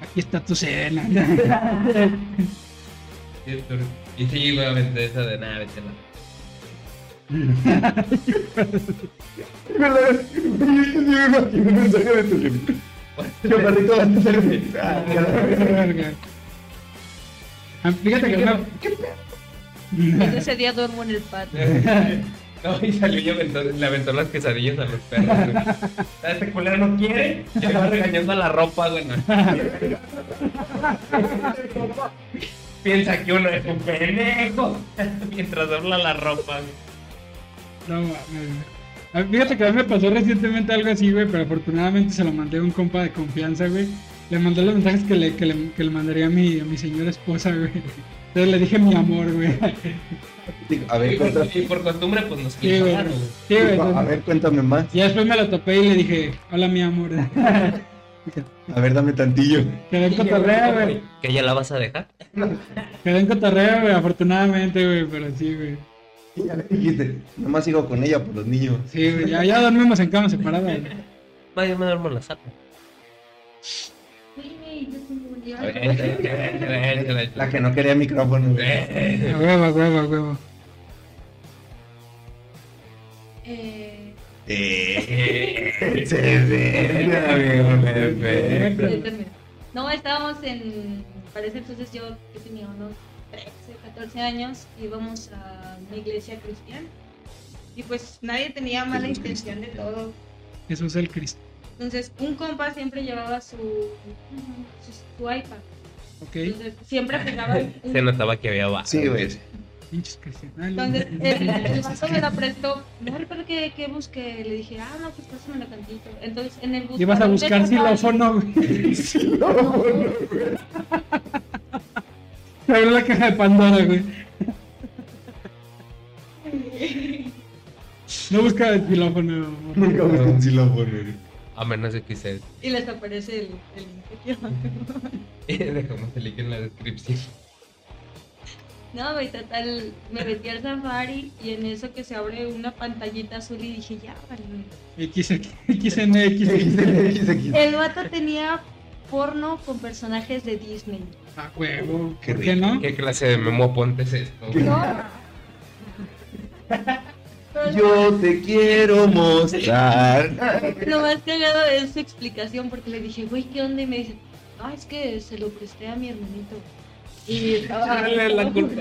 Aquí está tu cena. (laughs)
Sí, pero- Y sí, güey, aventé esa de nada, vete a la.
¿Verdad? Yo me imagino un mensaje de tu jefe.
(laughs)
Yo, perrito, vas a hacerme. Ah, ya la-
Verga. Ah, Fíjate que una,
Desde ese día duermo en el patio.
No, y salió y aventó- le aventó las quesadillas a los perros, (laughs) güey. Ah, Este culero no (laughs) quiere. Y le va regañando la ropa, güey. no. (laughs) Piensa que uno es un pendejo. (laughs) Mientras dobla la ropa, güey.
No mames, güey. Ah, Fíjate que a mí me pasó recientemente algo así, güey, pero afortunadamente se lo mandé a un compa de confianza, güey. Le mandé los mensajes que le, que le, que le mandaría a mi, a mi señora esposa, güey. Entonces le dije mi amor, güey.
Digo, A ver,
Y por,
cuéntame.
y por costumbre, pues nos
Sí, güey.
quitaron, güey.
Sí, güey.
Digo, A
entonces-
ver, cuéntame más.
Y después me lo topé y le dije, hola mi amor.
A ver, dame tantillo.
Quedó en cotorreo, güey.
¿Que ya la vas a dejar?
Quedó en cotorreo, güey, afortunadamente, güey, pero sí, güey.
Y ya le dijiste, nomás sigo con ella por los niños.
Sí, güey, ya, ya dormimos en cama separada, güey.
Vaya, me duermo en la (laughs) sala.
Güey, yo tengo un día.
La que no quería micrófono, güey.
A huevo, a huevo, a huevo.
Eh,
Eh, se ve, amigo, me ve.
ya terminé. No, estábamos en. Parece entonces yo que tenía unos 13, 14 años. Íbamos a una iglesia cristiana. Y pues nadie tenía mala
Jesús
intención de todo.
Jesús el Cristo.
Entonces, un compa siempre llevaba su, su, su iPad.
Ok,
Entonces, siempre pegaba. un-
Se notaba que había baja.
Sí, güey.
pinches cristianos. (laughs)
Entonces, el, el vato me la prestó. No recuerdo qué, qué busqué. Le dije, ah, no, pues pásamela tantito. Entonces, en el buscador.
Ibas a
de
buscar
Safari-
xilófono,
(laughs)
güey. (laughs) Se abrió la caja de Pandora, güey. No busca el xilófono.
Nunca me un xilófono.
A menos de que (laughs) se...
Y les aparece el, el link aquí abajo.
Dejamos el link en la descripción.
No, güey, total, me metí al Safari y en eso que se abre una pantallita azul y dije, ya, vale.
X, XN,
(laughs)
XN.
El vato tenía porno con personajes de Disney.
Ah, huevo.
Qué
¿Por qué no?
¿Qué clase de memo ponte es esto? güey?
No. Pero
Yo te quiero mostrar.
Lo más cagado es su explicación porque le dije, güey, ¿qué onda? Y me dice, ah, es que se lo presté a mi hermanito.
(laughs)
Y estaba...
Echándole la
(laughs)
culpa.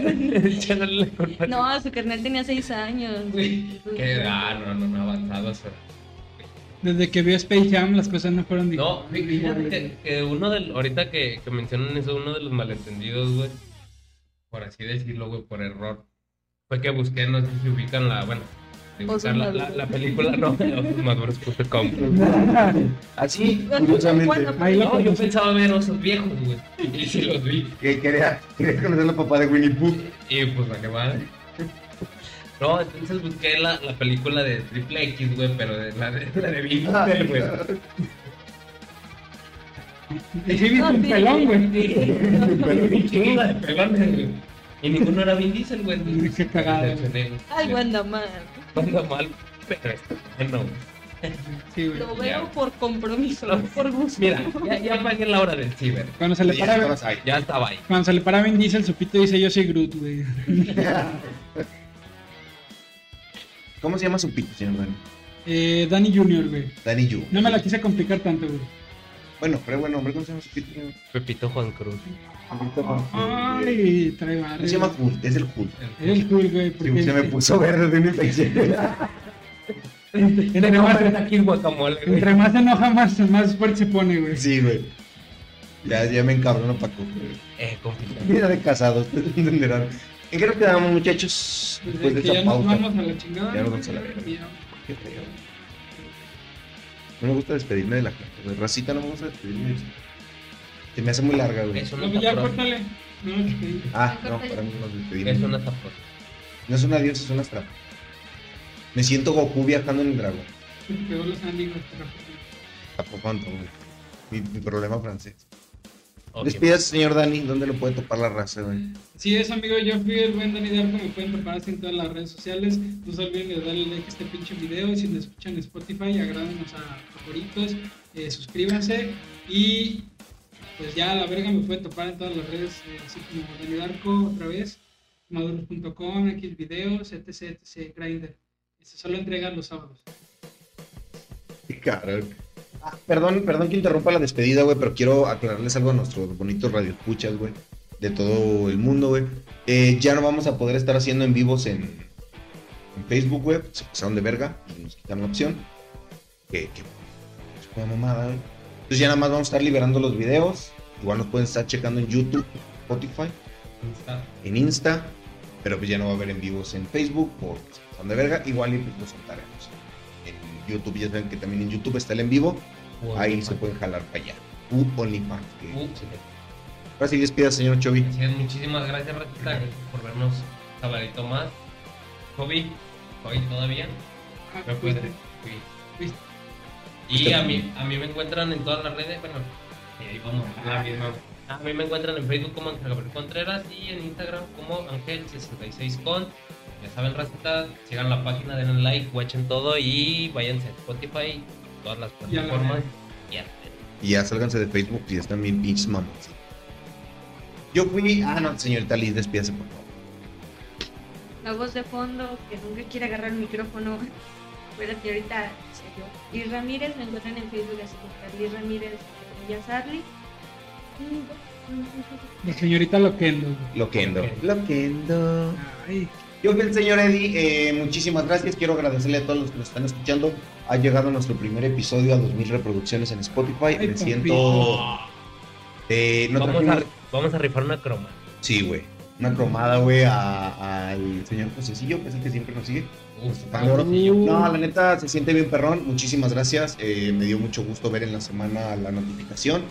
Echándole la culpa.
No, su carnal tenía seis años.
Güey, Qué ah, no, no, no, avanzado. o sea.
Desde que vio Space Jam las cosas no fueron
No, fí- fíjate que, que uno del, ahorita que, que mencionan eso, uno de los malentendidos, güey, por así decirlo, güey, por error, fue que busqué, no sé si ubican la, bueno, si
Osos
ubican la, la,
Maduros.
la película, no, (laughs) ososmaduros.com.
Así, curiosamente.
Ahí lo
No, yo
conocí.
pensaba ver osos viejos, güey, (laughs) y sí los vi,
Que quería, quería conocer la papá de Winnie Pooh.
y pues a qué madre. No, entonces busqué la, la película de Triple X, güey, pero de, la de, la de Big Brother, (laughs) güey.
Y sí, vi
No,
un
sí.
pelón, güey.
Un chingo de pelones, güey. Y ninguno era Vin Diesel, güey. entonces,
Qué cagado.
me decepcioné, güey. (laughs)
Algo anda mal.
Anda mal, pero está bueno. güey.
Sí, güey.
Lo veo por compromiso, no por gusto.
Mira, ya, ya pagué la hora del ciber.
Cuando se le
Ya
para,
estabas ahí.
Ya estaba ahí.
cuando se le para Vin Diesel, su pito dice yo soy Groot, güey.
¿Cómo se llama su pito, señor Dani?
Eh, Danny Jr., güey.
Dani Yu.
No me la quise complicar tanto, güey.
Bueno, pero bueno, hombre, ¿cómo se llama su pito?
Pepito Juan
(laughs)
Cruz.
Ay, trae
¿Cómo
barrio.
se llama Hulk? Es el Hulk.
Era el cool, güey. Porque
Sí, se me puso verde de una infección.
entre, más,
aquí en guacamole, güey.
entre más se enoja, más, más fuerte se pone,
(laughs)
güey.
Sí, güey. Ya, ya me encabrono Paco. güey.
Eh, compita.
Vida (laughs) de casado, ustedes entenderán. ¿En qué nos quedamos, muchachos? Después de
Desde Pues que ya
esta
nos
pausa.
vamos a la chingada.
Ya nos
¿no?
vamos a la verga. Qué feo. No me gusta despedirme de la gente. güey. Racita, no me gusta despedirme. de usted. Se me hace muy larga, güey.
Es
No,
una
pues ya,
zaprosa.
córtale. No, sí.
Ah, no, para mí no nos
Es
despedimos.
una zaprosa.
No es un adiós, es una trampa. Me siento Goku viajando en el dragón.
Quedó los amigos.
Tampoco ando, güey. Mi, mi problema francés.
Ok.
Despidas, señor Dani, ¿dónde lo puede topar la raza, güey?
Sí, es amigo, yo fui el buen Dani Darko, me pueden preparar en todas las redes sociales. No se olviden de darle like a este pinche video y si lo escuchan en Spotify, agrádenos a favoritos, eh, suscríbanse y pues ya a la verga me pueden topar en todas las redes, eh, así como Dani Darko otra vez, maduros.com, X videos, etc, etc, Grindr. Se solo entregan los sábados.
Cabrón. Ah, perdón, perdón que interrumpa la despedida, güey, pero quiero aclararles algo a nuestros bonitos radioescuchas, güey, de todo el mundo, güey. Eh, ya no vamos a poder estar haciendo en vivos en, en Facebook, güey. Se pasaron de verga y nos quitaron la opción. Que, que es una mamada, güey. Entonces ya nada más vamos a estar liberando los videos. Igual nos pueden estar checando en YouTube, Spotify,
Está-
en Insta, pero pues ya no va a haber en vivos en Facebook por son de verga, igual y pues lo soltaremos. En YouTube, ya saben que también en YouTube está el en vivo, ahí se pueden jalar para allá. U OnlyFans. que-
Uh,
Ahora sí despida, señor Chovy.
Así es, muchísimas gracias, Ratita, por vernos un sabadito más. Hobby, hoy todavía.
Ah,
Me
fuiste.
pueden- fui.
Fuiste.
Y a mí, a mí me encuentran en todas las redes, bueno, y ahí vamos,
Ah,
la misma. A mí me encuentran en Facebook como Ángel Gabriel Contreras y en Instagram como Ángel66con. Ya saben, Racita, sigan la página, denle like, watchen todo y váyanse a Spotify, todas las
Y a la
plataformas. Y a la
Y ya sálganse de Facebook y ya están bien pinches mamas. Yo fui. Ah, no, señorita Liz, despídase, por favor.
La voz de fondo, que nunca quiere agarrar el micrófono. Pero que ahorita soy yo. Liz Ramírez, me encuentran en Facebook así como Liz Ramírez Villas Arli.
La señorita Loquendo. güey.
Loquendo.
Loquendo.
Ay,
Yo fui el señor Eddie, eh, muchísimas gracias. Quiero agradecerle a todos los que nos están escuchando. Ha llegado nuestro primer episodio a 2000 reproducciones en Spotify.
Ay,
Me
papi.
siento. Eh, no
vamos,
trajimos-
a, vamos a rifar una croma.
Sí, güey. Una cromada, güey, a- al señor Josecillo, que es el que siempre nos sigue.
Uh,
Pandoro.
Uh.
No, la neta, se siente bien perrón. Muchísimas gracias. Eh, me dio mucho gusto ver en la semana la notificación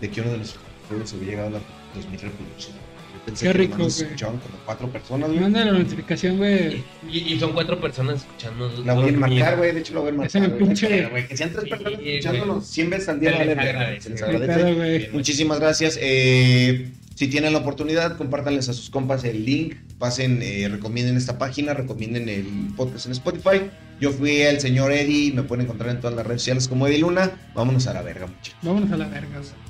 de que uno de los juegos había llegado a las 2000 reproducciones. Yo pensé
Qué
que
rico,
nomás nos
güey.
escuchaban como cuatro personas,
Me
güey.
manda la notificación, güey.
Y, y son cuatro personas escuchando.
La voy a
Mira,
enmarcar, güey. De hecho, la voy a
Ese
enmarcar.
me
güey.
pinche-
Pero, güey, Que sean tres personas
Sí,
escuchándonos
güey.
100 veces al
Se
día.
les
vale, verga,
agradece,
se les
güey.
Qué
agradece.
pedo, güey.
Muchísimas gracias. Eh, si tienen la oportunidad, compártanles a sus compas el link. Pasen, eh, recomienden esta página, recomienden el podcast en Spotify. Yo fui el señor Eddie, me pueden encontrar en todas las redes sociales como Eddie Luna. Vámonos a la verga, muchachos.
Vámonos a la verga, güey.